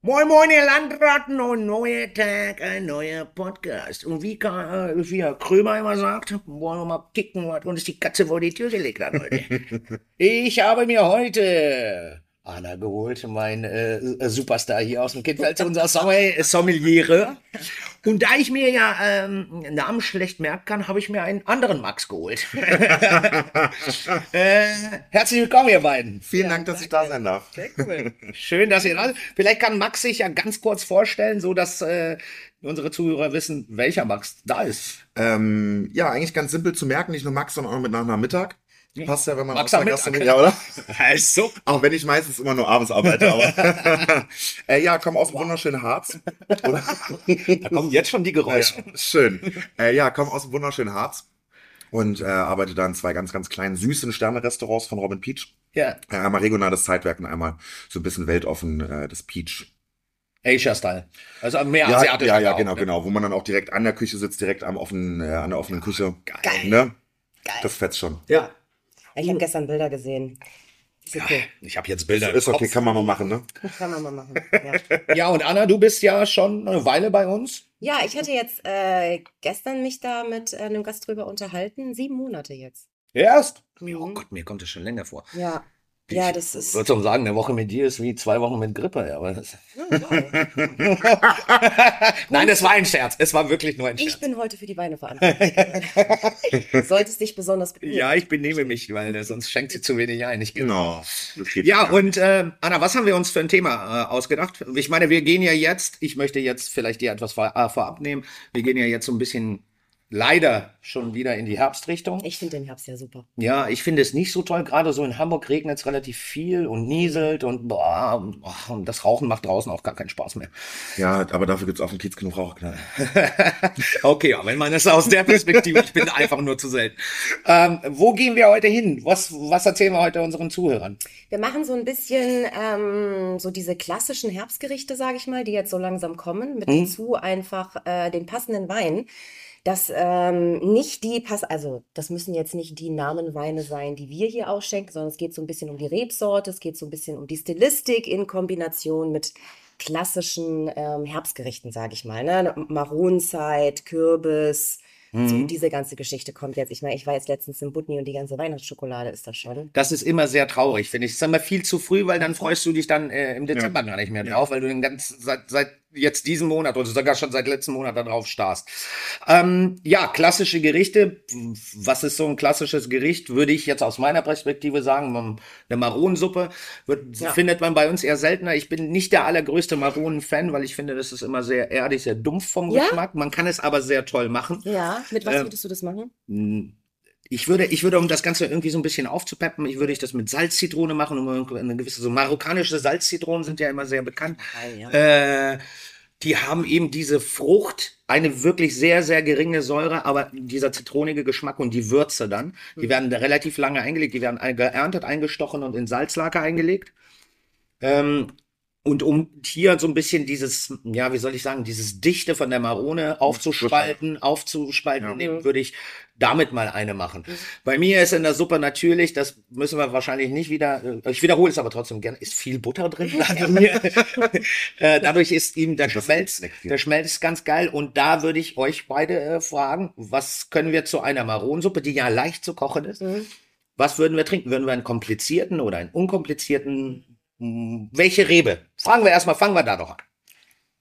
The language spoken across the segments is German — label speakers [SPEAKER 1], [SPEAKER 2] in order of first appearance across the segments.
[SPEAKER 1] Moin, moin, ihr Landratten und neuer Tag, ein neuer Podcast. Und wie, Karl, äh, wie Herr Krömer immer sagt, wollen wir mal kicken, was uns die Katze vor die Tür gelegt hat heute. ich habe mir heute Anna geholt, mein äh, Superstar hier aus dem Kindfeld, unser Somm äh, Sommeliere. Und da ich mir ja ähm, Namen schlecht merken kann, habe ich mir einen anderen Max geholt. äh, herzlich willkommen, ihr beiden.
[SPEAKER 2] Vielen Dank, dass ich da sein darf.
[SPEAKER 1] Schön, dass ihr da seid. Vielleicht kann Max sich ja ganz kurz vorstellen, so dass äh, unsere Zuhörer wissen, welcher Max da ist.
[SPEAKER 2] Ähm, ja, eigentlich ganz simpel zu merken, nicht nur Max, sondern auch mit nach Nachmittag. Passt ja, wenn man
[SPEAKER 1] Max
[SPEAKER 2] aus
[SPEAKER 1] am
[SPEAKER 2] der
[SPEAKER 1] Mittag.
[SPEAKER 2] Gastronomie, ja, oder?
[SPEAKER 1] Also,
[SPEAKER 2] Auch wenn ich meistens immer nur abends arbeite, aber. äh, ja, komm aus dem wunderschönen Harz. Oder?
[SPEAKER 1] da kommen jetzt schon die Geräusche.
[SPEAKER 2] Ja, schön. Äh, ja, komm aus dem wunderschönen Harz und äh, arbeite da in zwei ganz, ganz kleinen, süßen Sterne-Restaurants von Robin Peach.
[SPEAKER 1] Ja,
[SPEAKER 2] Äh, einmal regionales Zeitwerk und einmal so ein bisschen weltoffen äh, das Peach.
[SPEAKER 1] Asia-Style. Also mehr
[SPEAKER 2] Ja,
[SPEAKER 1] asiatisch.
[SPEAKER 2] ja, ja,
[SPEAKER 1] auch,
[SPEAKER 2] genau,
[SPEAKER 1] ne?
[SPEAKER 2] genau. Wo man dann auch direkt an der Küche sitzt, direkt am offenen, äh, an der offenen Küche.
[SPEAKER 1] Geil.
[SPEAKER 2] Ne?
[SPEAKER 3] Geil.
[SPEAKER 2] Das fetzt schon.
[SPEAKER 1] Ja.
[SPEAKER 3] Ich habe gestern Bilder gesehen. Ist okay.
[SPEAKER 1] Ich habe jetzt Bilder.
[SPEAKER 2] Ist okay, kann man mal machen, ne?
[SPEAKER 3] Kann man mal machen. Ja,
[SPEAKER 1] Ja, und Anna, du bist ja schon eine Weile bei uns.
[SPEAKER 3] ja ich hatte jetzt äh, gestern mich da mit äh, einem Gast drüber unterhalten. Sieben Monate jetzt.
[SPEAKER 1] Erst? Oh
[SPEAKER 3] Mhm.
[SPEAKER 1] Gott, mir kommt das schon länger vor.
[SPEAKER 3] Ja. Ja, das ist.
[SPEAKER 1] Ich würde schon sagen, eine Woche mit dir ist wie zwei Wochen mit Grippe. ja, Aber das
[SPEAKER 3] Oh, wow.
[SPEAKER 1] Nein, das war ein Scherz. Es war wirklich nur ein
[SPEAKER 3] Ich
[SPEAKER 1] Scherz.
[SPEAKER 3] bin heute für die Weine verantwortlich. Solltest dich besonders bemühen.
[SPEAKER 1] Ja, ich benehme mich, weil äh, sonst schenkt sie zu wenig ein. Ich
[SPEAKER 2] Genau. Das geht
[SPEAKER 1] Ja, und äh, Anna, was haben wir uns für ein Thema äh, ausgedacht? Ich meine, wir gehen ja jetzt, ich möchte jetzt vielleicht dir etwas vor, äh, vorab nehmen, wir gehen ja jetzt so ein bisschen leider schon wieder in die Herbstrichtung.
[SPEAKER 3] Ich finde den Herbst ja super.
[SPEAKER 1] Ja, ich finde es nicht so toll. Gerade so in Hamburg regnet es relativ viel und nieselt und, boah, und, boah, und das Rauchen macht draußen auch gar keinen Spaß mehr.
[SPEAKER 2] Ja, aber dafür gibt's auf dem Kiez genug Rauchknallen.
[SPEAKER 1] Okay, ja, wenn man das aus der Perspektive, ich bin einfach nur zu selten. Ähm, wo gehen wir heute hin? Was, was erzählen wir heute unseren Zuhörern?
[SPEAKER 3] Wir machen so ein bisschen ähm, so diese klassischen Herbstgerichte, sage ich mal, die jetzt so langsam kommen, mit dazu einfach äh, den passenden Wein. Dass ähm, nicht die pass, also das müssen jetzt nicht die Namenweine sein, die wir hier ausschenken, sondern es geht so ein bisschen um die Rebsorte, es geht so ein bisschen um die Stilistik in Kombination mit klassischen ähm, Herbstgerichten, sage ich mal. Ne? Maronzeit, Kürbis, so diese ganze Geschichte kommt jetzt. Ich meine, ich war jetzt letztens in Butni und die ganze Weihnachtsschokolade ist da schon.
[SPEAKER 1] Das ist immer sehr traurig, finde ich. Es ist immer viel zu früh, weil dann freust du dich dann äh, im Dezember gar nicht mehr drauf, weil du den ganzen, seit, seit jetzt diesem Monat oder sogar schon seit letzten Monat darauf starrst. Ähm, ja, klassische Gerichte. Was ist so ein klassisches Gericht? Würde ich jetzt aus meiner Perspektive sagen, man- eine Maronensuppe wird,
[SPEAKER 3] Ja.
[SPEAKER 1] findet man bei uns eher seltener. Ich bin nicht der allergrößte Maronen-Fan, weil ich finde, das ist immer sehr erdig, sehr dumpf vom
[SPEAKER 3] Ja?
[SPEAKER 1] Geschmack. Man kann es aber sehr toll machen.
[SPEAKER 3] Ja, mit was
[SPEAKER 1] Ähm,
[SPEAKER 3] würdest du das machen?
[SPEAKER 1] Hm, Ich würde, ich würde, um das Ganze irgendwie so ein bisschen aufzupeppen, ich würde ich das mit Salzzitrone machen, um eine gewisse, so marokkanische Salzzitronen sind ja immer sehr bekannt. Äh, die haben eben diese Frucht, eine wirklich sehr, sehr geringe Säure, aber dieser zitronige Geschmack und die Würze dann, die werden da relativ lange eingelegt, die werden ein- geerntet, eingestochen und in Salzlake eingelegt. Ähm, und um hier so ein bisschen dieses, ja, wie soll ich sagen, dieses Dichte von der Marone aufzuspalten, aufzuspalten,
[SPEAKER 2] Ja.
[SPEAKER 1] nehmen, würde ich damit mal eine machen. Bei mir ist in der Suppe natürlich, das müssen wir wahrscheinlich nicht wieder, äh, ich wiederhole es aber trotzdem gerne, ist viel Butter drin. Also mir, äh, dadurch ist ihm der Schmelz,
[SPEAKER 2] nicht viel.
[SPEAKER 1] der Schmelz ganz geil. Und da würde ich euch beide äh, fragen, was können wir zu einer Maronensuppe, die ja leicht zu kochen ist, was würden wir trinken? Würden wir einen komplizierten oder einen unkomplizierten? Hm, Welche Rebe? Fragen wir erstmal, fangen wir da doch an.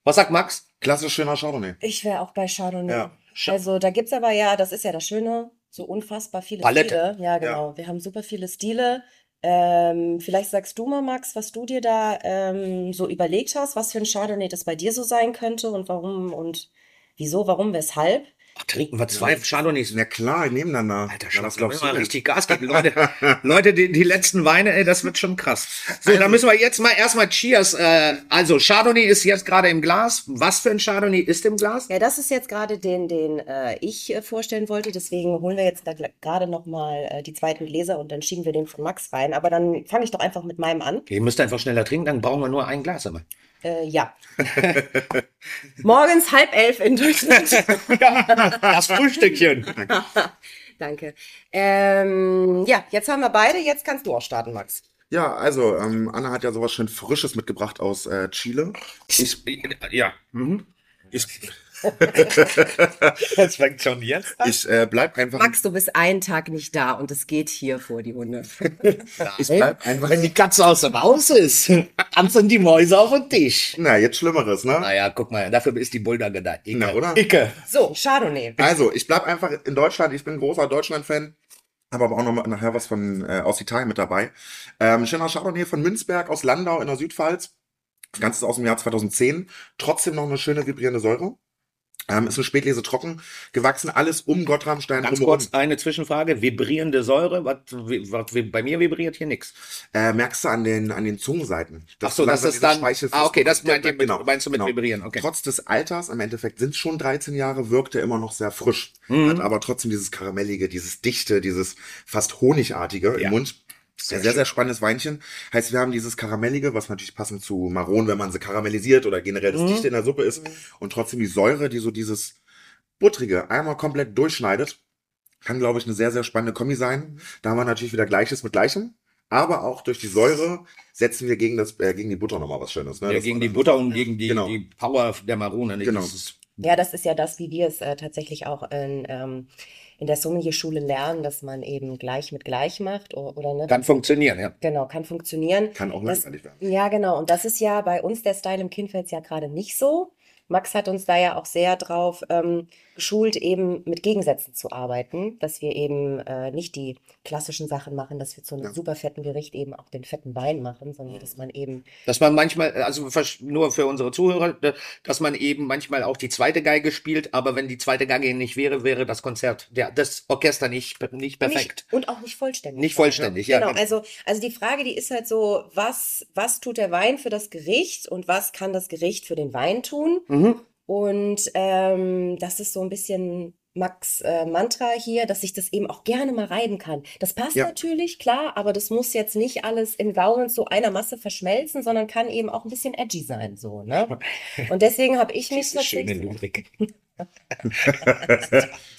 [SPEAKER 1] Was sagt Max?
[SPEAKER 2] Klassisch schöner Chardonnay.
[SPEAKER 3] Ich wäre auch bei Chardonnay.
[SPEAKER 2] Ja.
[SPEAKER 1] Scha-
[SPEAKER 3] Also da gibt's aber ja, das ist ja das Schöne, so unfassbar viele
[SPEAKER 1] Palette.
[SPEAKER 3] Stile. Ja, genau. Wir haben super viele Stile. Ähm, vielleicht sagst du mal, Max, was du dir da ähm, so überlegt hast, was für ein Chardonnay das bei dir so sein könnte und warum und wieso, warum, weshalb.
[SPEAKER 1] Ach, trinken wir zwei Chardonnays.
[SPEAKER 2] Na klar, nebeneinander.
[SPEAKER 1] Alter,
[SPEAKER 2] Na,
[SPEAKER 1] schon,
[SPEAKER 2] was
[SPEAKER 1] wenn wir
[SPEAKER 2] glaubst du
[SPEAKER 1] mal
[SPEAKER 2] denn?
[SPEAKER 1] richtig Gas geben. Leute, Leute die, die letzten Weine, ey, das wird schon krass. So, dann müssen wir jetzt mal erstmal Cheers. Äh, also, Chardonnay ist jetzt gerade im Glas. Was für ein Chardonnay ist im Glas?
[SPEAKER 3] Ja, das ist jetzt gerade den, den äh, ich äh, vorstellen wollte. Deswegen holen wir jetzt da gl- gerade nochmal äh, die zweiten Gläser und dann schieben wir den von Max rein. Aber dann fange ich doch einfach mit meinem an.
[SPEAKER 1] Ihr müsst einfach schneller trinken, dann brauchen wir nur ein Glas immer.
[SPEAKER 3] Äh, ja. Morgens halb elf in Deutschland.
[SPEAKER 1] Das Frühstückchen.
[SPEAKER 3] Danke. Ähm, ja, jetzt haben wir beide. Jetzt kannst du auch starten, Max.
[SPEAKER 2] Ja, also, ähm, Anna hat ja sowas schön Frisches mitgebracht aus äh, Chile.
[SPEAKER 1] Ich, ja. Mhm. Ich, das fängt schon jetzt an.
[SPEAKER 2] Ich äh, bleib einfach,
[SPEAKER 3] Max, du bist einen Tag nicht da und es geht hier vor die Hunde.
[SPEAKER 2] ich bleib einfach.
[SPEAKER 1] Wenn die Katze aus dem Haus ist, tanzen die Mäuse auf den Tisch.
[SPEAKER 2] Na, jetzt Schlimmeres, ne?
[SPEAKER 1] Naja, guck mal, dafür ist die Bulldogge da. Icke.
[SPEAKER 2] Na, oder?
[SPEAKER 1] Icke.
[SPEAKER 3] So, Chardonnay.
[SPEAKER 2] Also, ich bleib einfach in Deutschland. Ich bin ein großer Deutschland-Fan. Habe aber auch noch mal nachher was von äh, aus Italien mit dabei. Ähm, schöner Chardonnay von Münzberg aus Landau in der Südpfalz. Das Ganze ist aus dem Jahr 2010. Trotzdem noch eine schöne vibrierende Säure. Ähm, ist eine Spätlese trocken gewachsen. Alles um Gottramstein
[SPEAKER 1] Ganz
[SPEAKER 2] drumherum.
[SPEAKER 1] kurz eine Zwischenfrage. Vibrierende Säure, was, wi- was wi- bei mir vibriert hier nichts.
[SPEAKER 2] Äh, merkst du an den, an den Zungenseiten.
[SPEAKER 1] Ach so,
[SPEAKER 2] du
[SPEAKER 1] das
[SPEAKER 2] langsam
[SPEAKER 1] ist
[SPEAKER 2] diese
[SPEAKER 1] dann.
[SPEAKER 2] Speichel-
[SPEAKER 1] Ah, okay, das meint ihr mit,
[SPEAKER 2] Genau,
[SPEAKER 1] meinst du mit
[SPEAKER 2] genau.
[SPEAKER 1] vibrieren, okay.
[SPEAKER 2] Trotz des Alters, im Endeffekt sind es schon 13 Jahre, wirkt er immer noch sehr frisch.
[SPEAKER 1] Mhm.
[SPEAKER 2] Hat aber trotzdem dieses Karamellige, dieses Dichte, dieses fast
[SPEAKER 1] Ja.
[SPEAKER 2] Honigartige im Mund. Sehr, sehr, sehr spannendes Weinchen. Heißt, wir haben dieses Karamellige, was natürlich passend zu Maron, wenn man sie karamellisiert oder generell
[SPEAKER 1] Mhm.
[SPEAKER 2] das Dichte in der Suppe ist. Und trotzdem die Säure, die so dieses Buttrige einmal komplett durchschneidet. Kann, glaube ich, eine sehr, sehr spannende Kombi sein. Da haben wir natürlich wieder Gleiches mit Gleichem. Aber auch durch die Säure setzen wir gegen, das, äh, gegen die Butter nochmal was Schönes. Ne?
[SPEAKER 1] Ja,
[SPEAKER 2] Das-
[SPEAKER 1] gegen die Butter und gegen die,
[SPEAKER 2] Genau.
[SPEAKER 1] die Power der Marone. Nicht?
[SPEAKER 2] Genau.
[SPEAKER 1] Das ist,
[SPEAKER 3] Ja, das ist ja das, wie wir es äh, tatsächlich auch in, ähm, in der Sommelier-Schule lernen, dass man eben gleich mit gleich macht o- oder ne?
[SPEAKER 1] kann funktionieren, ja.
[SPEAKER 3] Genau, kann funktionieren.
[SPEAKER 2] Kann auch
[SPEAKER 3] Das-
[SPEAKER 2] langweilig werden.
[SPEAKER 3] Ja, genau. Und das ist ja bei uns der Style im Kindfels ja gerade nicht so. Max hat uns da ja auch sehr drauf ähm, geschult, eben mit Gegensätzen zu arbeiten, dass wir eben äh, nicht die klassischen Sachen machen, dass wir zu einem
[SPEAKER 2] Ja.
[SPEAKER 3] super fetten Gericht eben auch den fetten Wein machen, sondern dass man eben,
[SPEAKER 1] Dass man manchmal, also versch- nur für unsere Zuhörer, äh, dass man eben manchmal auch die zweite Geige spielt, aber wenn die zweite Geige nicht wäre, wäre das Konzert, der, das Orchester nicht, nicht perfekt.
[SPEAKER 3] Nicht, und auch nicht vollständig.
[SPEAKER 1] Nicht
[SPEAKER 3] sein, ne?
[SPEAKER 1] vollständig, ja,
[SPEAKER 3] Genau,
[SPEAKER 1] genau.
[SPEAKER 3] also, also die Frage, die ist halt so, was, was tut der Wein für das Gericht und was kann das Gericht für den Wein tun?
[SPEAKER 1] Mhm.
[SPEAKER 3] Und ähm, das ist so ein bisschen Max äh, Mantra hier, dass ich das eben auch gerne mal reiben kann. Das passt
[SPEAKER 2] Ja.
[SPEAKER 3] natürlich, klar, aber das muss jetzt nicht alles in Gaumen zu einer Masse verschmelzen, sondern kann eben auch ein bisschen edgy sein, so, ne? Und deswegen habe ich mich
[SPEAKER 1] Diese schöne
[SPEAKER 3] tatsächlich.
[SPEAKER 1] Lyrik.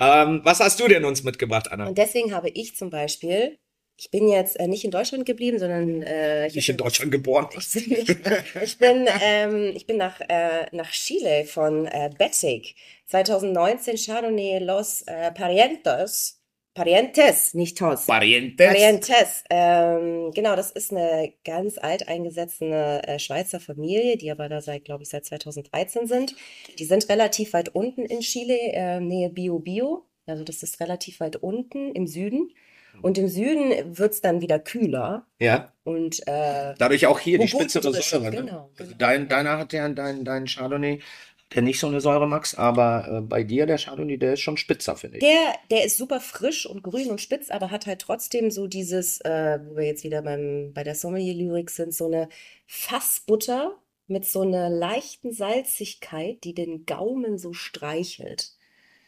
[SPEAKER 1] ähm, was hast du denn uns mitgebracht, Anna?
[SPEAKER 3] Und deswegen habe ich zum Beispiel, ich bin jetzt äh, nicht in Deutschland geblieben, sondern äh, ich
[SPEAKER 1] Ich
[SPEAKER 3] hab-
[SPEAKER 1] in Deutschland geboren.
[SPEAKER 3] Ich bin, ich bin, ähm, ich bin nach, äh, nach Chile von äh, Betig. 2019 Chardonnay Los äh, Parientes. Parientes, nicht Tos.
[SPEAKER 1] Parientes.
[SPEAKER 3] Parientes. Ähm, genau, das ist eine ganz alt eingesessene äh, Schweizer Familie, die aber da seit, glaube ich, seit 2013 sind. Die sind relativ weit unten in Chile, äh, Nähe Biobío. Also das ist relativ weit unten im Süden. Und im Süden wird es dann wieder kühler.
[SPEAKER 1] Ja,
[SPEAKER 3] Und äh,
[SPEAKER 1] dadurch auch hier die
[SPEAKER 3] Wo gut
[SPEAKER 1] spitzere
[SPEAKER 3] frisch,
[SPEAKER 1] Säure. Ne?
[SPEAKER 3] genau,
[SPEAKER 1] Also
[SPEAKER 3] genau.
[SPEAKER 1] dein, deiner hat ja, dein, dein Chardonnay, der nicht so eine Säure, Max, aber äh, bei dir, der Chardonnay, der ist schon spitzer, finde ich.
[SPEAKER 3] Der, der ist super frisch und grün und spitz, aber hat halt trotzdem so dieses, äh, wo wir jetzt wieder beim, bei der Sommelier-Lyrik sind, so eine Fassbutter mit so einer leichten Salzigkeit, die den Gaumen so streichelt.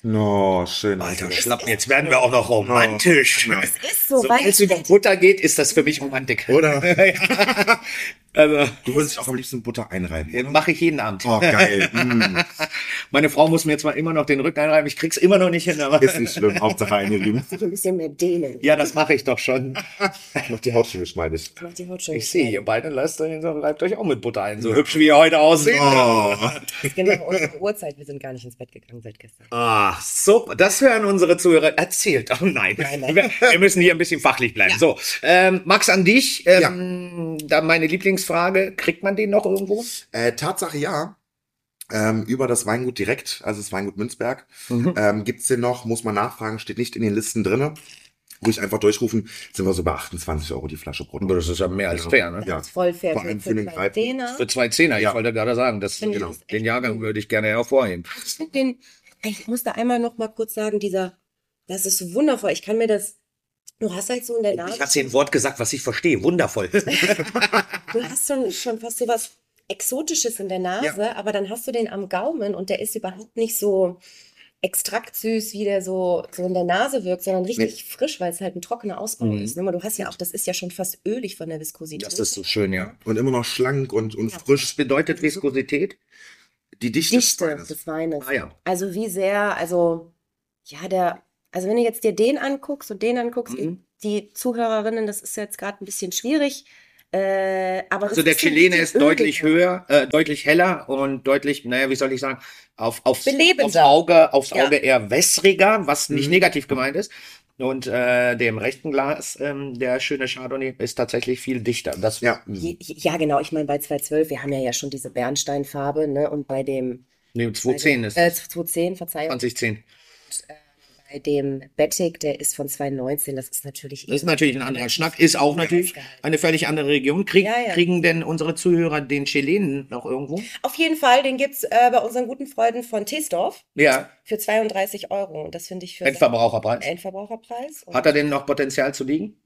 [SPEAKER 2] No, schön.
[SPEAKER 1] Schlappen, jetzt werden wir auch noch romantisch.
[SPEAKER 3] Ist so halt
[SPEAKER 1] Sobald es über
[SPEAKER 3] Weißfett.
[SPEAKER 1] Butter geht, ist das für mich Romantik.
[SPEAKER 2] Oder?
[SPEAKER 1] Also,
[SPEAKER 2] Du würdest dich auch am liebsten Butter einreiben. oder?
[SPEAKER 1] mache ich jeden Abend.
[SPEAKER 2] Oh, geil. Mm,
[SPEAKER 1] Meine Frau muss mir jetzt mal immer noch den Rücken einreiben. Ich krieg's immer noch nicht hin, aber
[SPEAKER 2] ist nicht schlimm. Hauptsache eingerieben.
[SPEAKER 3] Ein bisschen mehr dehnen.
[SPEAKER 1] ja, das mache ich doch schon.
[SPEAKER 2] Noch die Haut schön geschmeidig.
[SPEAKER 3] Macht die Haut schön
[SPEAKER 1] Ich sehe, ihr beiden lasst euch, reibt euch auch mit Butter ein, so hübsch wie ihr heute aussieht.
[SPEAKER 2] Oh.
[SPEAKER 3] kalt. Genau, unsere Uhrzeit, wir sind gar nicht ins Bett gegangen seit gestern.
[SPEAKER 1] Ah, super. Das hören unsere Zuhörer. Erzählt. Oh nein.
[SPEAKER 3] Nein, nein.
[SPEAKER 1] Wir, wir müssen hier ein bisschen fachlich bleiben. So, ähm, Max, an dich. Ähm, Da meine Lieblingsfrage. Kriegt man den noch irgendwo?
[SPEAKER 2] Äh, Tatsache ja. Ähm, über das Weingut direkt, also das Weingut Münzberg. Ähm, gibt's den noch? Muss man nachfragen, steht nicht in den Listen drinne. Ruhig einfach durchrufen, sind wir so bei 28 Euro die Flasche Brot.
[SPEAKER 1] Das ist ja mehr als fair, ne?
[SPEAKER 2] Ja,
[SPEAKER 3] Voll fair
[SPEAKER 2] Vor
[SPEAKER 3] für,
[SPEAKER 2] allem
[SPEAKER 3] für
[SPEAKER 2] für den
[SPEAKER 3] kleinen
[SPEAKER 2] Reifen.
[SPEAKER 3] Dehner.
[SPEAKER 1] Für zwei Zehner. Ich
[SPEAKER 2] Ja.
[SPEAKER 1] wollte gerade sagen, das,
[SPEAKER 3] Finde ich
[SPEAKER 1] genau.
[SPEAKER 3] ist echt
[SPEAKER 1] den Jahrgang
[SPEAKER 3] gut.
[SPEAKER 1] würde ich gerne hervorheben.
[SPEAKER 3] Ich finde den, ich muss da einmal noch mal kurz sagen, dieser, das ist so wundervoll. Ich kann mir das, du hast halt so in der Nase,
[SPEAKER 1] Ich habe ein Wort gesagt, was ich verstehe. Wundervoll.
[SPEAKER 3] du hast schon, schon fast so was Exotisches in der Nase, aber dann hast du den am Gaumen und der ist überhaupt nicht so extraktsüß, wie der so, so in der Nase wirkt, sondern richtig frisch, weil es halt ein trockener Ausbau ist. Ne? Du hast ja auch, das ist ja schon fast ölig von der Viskosität.
[SPEAKER 1] Mhm. Das ist so schön, ja.
[SPEAKER 2] Und immer noch schlank und, und
[SPEAKER 1] Das
[SPEAKER 2] frisch.
[SPEAKER 1] bedeutet Viskosität.
[SPEAKER 2] Die Dichte, des
[SPEAKER 3] Dichte
[SPEAKER 2] Weines.
[SPEAKER 3] des Weines.
[SPEAKER 1] Ah ja.
[SPEAKER 3] Also wie sehr, also ja, der Also wenn du jetzt dir den anguckst und den anguckst,
[SPEAKER 1] Mhm.
[SPEAKER 3] die Zuhörerinnen, das ist jetzt gerade ein bisschen schwierig. Äh, aber
[SPEAKER 1] Also der Chilene ist deutlich höher, äh, deutlich heller und deutlich, naja, wie soll ich sagen, auf, aufs,
[SPEAKER 3] Belebender.
[SPEAKER 1] aufs Auge, aufs
[SPEAKER 3] Ja.
[SPEAKER 1] Auge eher wässriger, was nicht negativ gemeint ist. Und äh, dem rechten Glas, ähm, der schöne Chardonnay, ist tatsächlich viel dichter. Das
[SPEAKER 2] Ja.
[SPEAKER 3] Je- je- Ja, genau. Ich meine, bei 212, wir haben ja ja schon diese Bernsteinfarbe, ne? Und bei dem,
[SPEAKER 1] nee, 210 ist
[SPEAKER 3] äh, 210, Verzeihung,
[SPEAKER 1] 2010.
[SPEAKER 3] bei dem Bettig, der ist von 2019. Das ist natürlich
[SPEAKER 1] Das ist
[SPEAKER 3] eh-
[SPEAKER 1] natürlich ein anderer Schnack, ist auch natürlich eine völlig andere Region. Krieg,
[SPEAKER 3] Ja, ja.
[SPEAKER 1] Kriegen denn unsere Zuhörer den Chilenen noch irgendwo?
[SPEAKER 3] Auf jeden Fall, den gibt's äh, bei unseren guten Freunden von Teesdorf
[SPEAKER 1] Ja,
[SPEAKER 3] für 32 Euro. Und das finde ich für
[SPEAKER 1] Endverbraucherpreis.
[SPEAKER 3] Endverbraucherpreis. Und
[SPEAKER 1] Hat er denn noch Potenzial zu liegen?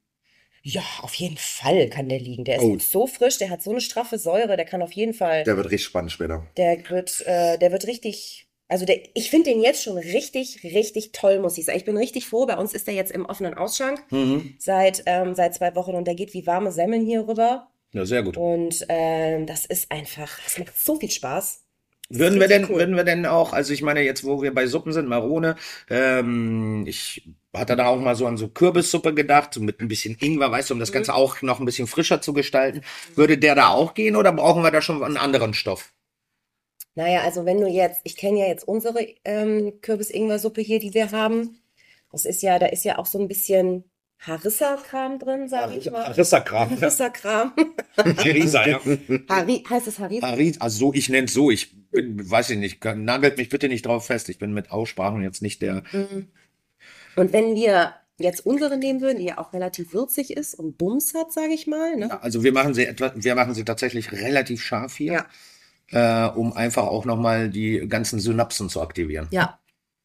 [SPEAKER 3] ja, auf jeden Fall kann der liegen. Der ist
[SPEAKER 2] Oh.
[SPEAKER 3] so frisch, der hat so eine straffe Säure, der kann auf jeden Fall,
[SPEAKER 2] Der wird richtig spannend später.
[SPEAKER 3] der wird, äh, der wird richtig, also der, ich finde den jetzt schon richtig, richtig toll, muss ich sagen. Ich bin richtig froh, bei uns ist der jetzt im offenen Ausschank
[SPEAKER 1] Mhm.
[SPEAKER 3] seit, ähm, seit zwei Wochen und der geht wie warme Semmeln hier rüber.
[SPEAKER 1] Ja, sehr gut.
[SPEAKER 3] Und ähm, das ist einfach, das macht so viel Spaß.
[SPEAKER 1] Würden wir
[SPEAKER 3] Richtig
[SPEAKER 1] denn,
[SPEAKER 3] cool.
[SPEAKER 1] würden wir denn auch, also ich meine, jetzt wo wir bei Suppen sind, Marone, ähm, ich hatte da auch mal so an so Kürbissuppe gedacht, so mit ein bisschen Ingwer, weißt du, um das Ganze auch noch ein bisschen frischer zu gestalten. Würde der da auch gehen oder brauchen wir da schon einen anderen Stoff?
[SPEAKER 3] Naja, also wenn du jetzt, ich kenne ja jetzt unsere ähm, Kürbis-Ingwer-Suppe hier, die wir haben. Das ist ja, da ist ja auch so ein bisschen Harissa-Kram drin, sag ich mal.
[SPEAKER 1] Harissa-Kram.
[SPEAKER 3] Harissa-Kram.
[SPEAKER 1] Harissa, ja.
[SPEAKER 3] Hari, heißt es Harissa?
[SPEAKER 1] Harissa, also so, ich nenne es so, ich bin, weiß ich nicht, nagelt mich bitte nicht drauf fest, ich bin mit Aussprachen jetzt nicht der,
[SPEAKER 3] Und wenn wir jetzt unsere nehmen würden, die ja auch relativ würzig ist und Bums hat, sage ich mal, ne?
[SPEAKER 1] also wir machen sie etwa, wir machen sie tatsächlich relativ scharf hier, äh, um einfach auch nochmal die ganzen Synapsen zu aktivieren.
[SPEAKER 3] Ja.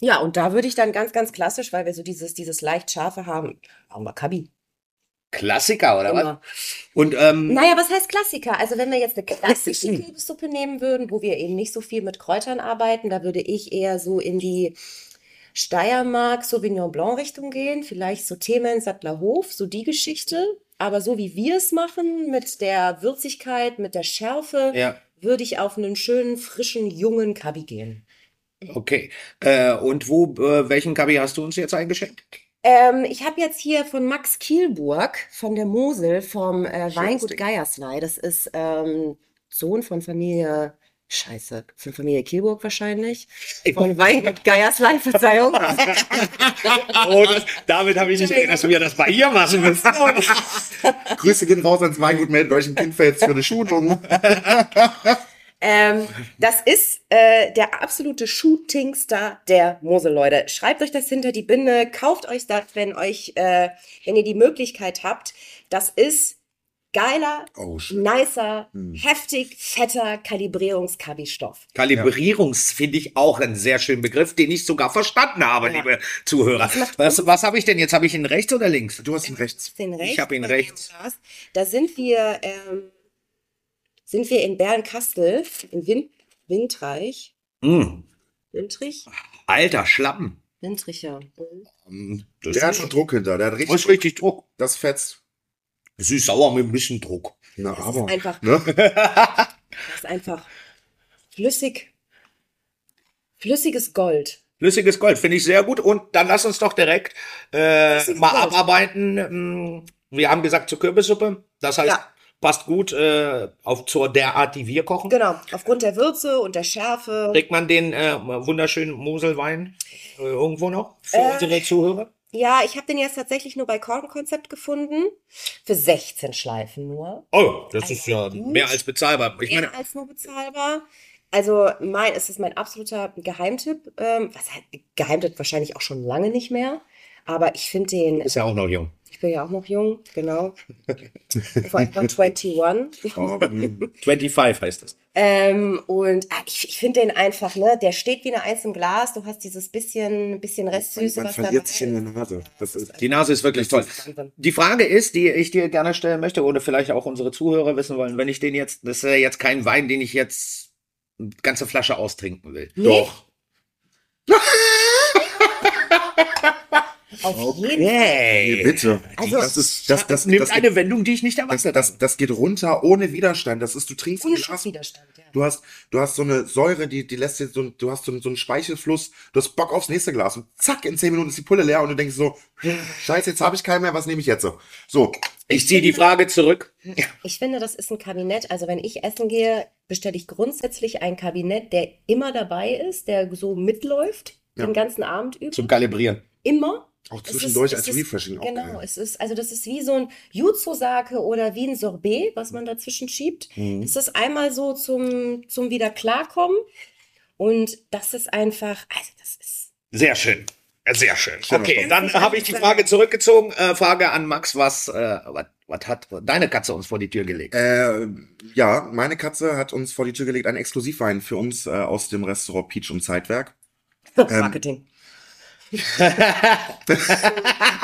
[SPEAKER 3] Ja, und da würde ich dann ganz, ganz klassisch, weil wir so dieses, dieses leicht scharfe haben, haben wir Kabi.
[SPEAKER 1] Klassiker, oder was?
[SPEAKER 3] Immer.
[SPEAKER 1] Und ähm,
[SPEAKER 3] Naja, was heißt Klassiker? Also wenn wir jetzt eine klassische Kürbissuppe nehmen würden, wo wir eben nicht so viel mit Kräutern arbeiten, da würde ich eher so in die Steiermark, Sauvignon Blanc Richtung gehen, vielleicht so Themen Sattlerhof, so die Geschichte. Aber so wie wir es machen, mit der Würzigkeit, mit der Schärfe,
[SPEAKER 1] Ja.
[SPEAKER 3] würde ich auf einen schönen, frischen, jungen Kabi gehen.
[SPEAKER 1] okay, äh, und wo, äh, welchen Kabi hast du uns jetzt eingeschenkt?
[SPEAKER 3] Ähm, ich habe jetzt hier von Max Kielburg von der Mosel vom äh, Weingut
[SPEAKER 1] Ding.
[SPEAKER 3] Geierswei. Das ist ähm, Sohn von Familie Scheiße, von Familie Kielburg wahrscheinlich. Von Weingut Geierswei, Verzeihung.
[SPEAKER 1] Oh, damit habe ich nicht
[SPEAKER 3] gedacht, dass
[SPEAKER 1] wir das bei ihr machen müssen.
[SPEAKER 2] Grüße gehen raus ans Weingut, meldet euch ein Kindfeld für eine Schulung.
[SPEAKER 3] Ähm, das ist äh, der absolute Shootingstar der Mosel, Leute. Schreibt euch das hinter die Binde, kauft euch das, wenn euch, äh, wenn ihr die Möglichkeit habt. Das ist geiler,
[SPEAKER 2] Oh, shit.
[SPEAKER 3] nicer, heftig, fetter Kalibrierungskabi-Stoff.
[SPEAKER 1] Kalibrierungs finde ich auch einen sehr schönen Begriff, den ich sogar verstanden habe, liebe Zuhörer. Was, was habe ich denn jetzt? Habe ich ihn rechts oder links?
[SPEAKER 2] Du hast ihn rechts.
[SPEAKER 3] den rechts.
[SPEAKER 1] Ich hab ihn
[SPEAKER 3] bei dem
[SPEAKER 1] rechts.
[SPEAKER 3] Glas. Da sind wir, ähm, sind wir in Bernkastel, in Wind, Windreich.
[SPEAKER 1] Mm,
[SPEAKER 3] Windrich?
[SPEAKER 1] alter Schlappen.
[SPEAKER 3] Windricher.
[SPEAKER 1] Das
[SPEAKER 2] Der hat schon Druck hinter, der hat richtig,
[SPEAKER 1] ist richtig Druck.
[SPEAKER 2] das fetzt.
[SPEAKER 1] Süß-sauer mit ein bisschen Druck.
[SPEAKER 2] Na, aber.
[SPEAKER 3] Einfach,
[SPEAKER 2] Ne?
[SPEAKER 3] das ist einfach flüssig. Flüssiges Gold.
[SPEAKER 1] Flüssiges Gold finde ich sehr gut. Und dann lass uns doch direkt äh,
[SPEAKER 3] Flüssiges
[SPEAKER 1] mal
[SPEAKER 3] Gold.
[SPEAKER 1] abarbeiten. Ähm, Wir haben gesagt zur Kürbissuppe. Das heißt,
[SPEAKER 3] Ja.
[SPEAKER 1] passt gut äh, auf zur der Art, die wir kochen.
[SPEAKER 3] Genau, aufgrund der Würze und der Schärfe.
[SPEAKER 1] Kriegt man den äh, wunderschönen Moselwein äh, irgendwo noch für
[SPEAKER 3] Äh.
[SPEAKER 1] unsere Zuhörer?
[SPEAKER 3] Ja, ich habe den jetzt tatsächlich nur bei Kornkonzept gefunden. Für 16 Schleifen nur.
[SPEAKER 1] Oh, das ist ja
[SPEAKER 3] gut.
[SPEAKER 1] mehr als bezahlbar. Ich meine,
[SPEAKER 3] mehr als nur bezahlbar. Also mein, es ist mein absoluter Geheimtipp. Ähm, was heißt, Geheimtipp wahrscheinlich auch schon lange nicht mehr. Aber ich finde den,
[SPEAKER 1] ist ja auch noch jung.
[SPEAKER 3] ich bin ja auch noch jung, genau. Forever 21.
[SPEAKER 2] Oh, mm.
[SPEAKER 1] 25 heißt das.
[SPEAKER 3] Ähm, und ah, ich, ich finde den einfach, ne, der steht wie eine Eis im Glas. Du hast dieses bisschen, bisschen Restsüße,
[SPEAKER 2] man
[SPEAKER 3] was dabei
[SPEAKER 2] verliert sich in
[SPEAKER 3] ist.
[SPEAKER 2] der Nase. Das ist,
[SPEAKER 1] Die Nase ist wirklich toll.
[SPEAKER 3] Wahnsinn.
[SPEAKER 1] Die Frage ist, die ich dir gerne stellen möchte oder vielleicht auch unsere Zuhörer wissen wollen, wenn ich den jetzt, das ist ja jetzt kein Wein, den ich jetzt eine ganze Flasche austrinken will.
[SPEAKER 3] Nee.
[SPEAKER 2] Doch.
[SPEAKER 3] Auf jeden Fall.
[SPEAKER 2] Nee,
[SPEAKER 1] Okay.
[SPEAKER 2] bitte.
[SPEAKER 3] Also-
[SPEAKER 2] das ist, das, das,
[SPEAKER 1] nimmt
[SPEAKER 2] das,
[SPEAKER 1] eine Wendung, die ich nicht
[SPEAKER 2] das,
[SPEAKER 1] erwartet
[SPEAKER 2] das, das geht runter ohne Widerstand. Das ist, du trinkst ein
[SPEAKER 3] Ohne
[SPEAKER 2] Glas
[SPEAKER 3] Schockwiderstand, ja.
[SPEAKER 2] Du hast, du hast so eine Säure, die, die lässt dir so, ein- du hast so, einen- so einen Speichelfluss, du hast Bock aufs nächste Glas und zack, in zehn Minuten ist die Pulle leer und du denkst so, scheiße, jetzt habe ich keinen mehr, was nehme ich jetzt so? So,
[SPEAKER 1] Ich ziehe die Frage zurück.
[SPEAKER 3] Ich finde, das ist ein Kabinett. Also wenn ich essen gehe, bestelle ich grundsätzlich ein Kabinett, der immer dabei ist, der so mitläuft,
[SPEAKER 2] Ja.
[SPEAKER 3] den ganzen Abend über.
[SPEAKER 1] Zum Kalibrieren.
[SPEAKER 3] Immer.
[SPEAKER 2] auch
[SPEAKER 3] Es
[SPEAKER 2] zwischendurch
[SPEAKER 3] ist, es
[SPEAKER 2] als
[SPEAKER 3] ist,
[SPEAKER 2] Refreshing auch
[SPEAKER 3] Genau,
[SPEAKER 2] geil.
[SPEAKER 3] es ist, also das ist wie so ein Jutsu-Sake oder wie ein Sorbet, was
[SPEAKER 2] Mhm.
[SPEAKER 3] man dazwischen schiebt.
[SPEAKER 1] Mhm.
[SPEAKER 3] Es ist einmal so zum, zum wieder klarkommen. Und das ist einfach, also das ist,
[SPEAKER 1] Sehr schön. Sehr schön.
[SPEAKER 2] Schön,
[SPEAKER 1] Okay,
[SPEAKER 2] Tom.
[SPEAKER 1] dann habe ich die Frage zurückgezogen. Äh, Frage an Max, was, äh, was, was hat deine Katze uns vor die Tür gelegt?
[SPEAKER 2] Äh, ja, meine Katze hat uns vor die Tür gelegt, einen Exklusivwein für uns äh, aus dem Restaurant Peach und Zeitwerk. Ähm,
[SPEAKER 3] Marketing.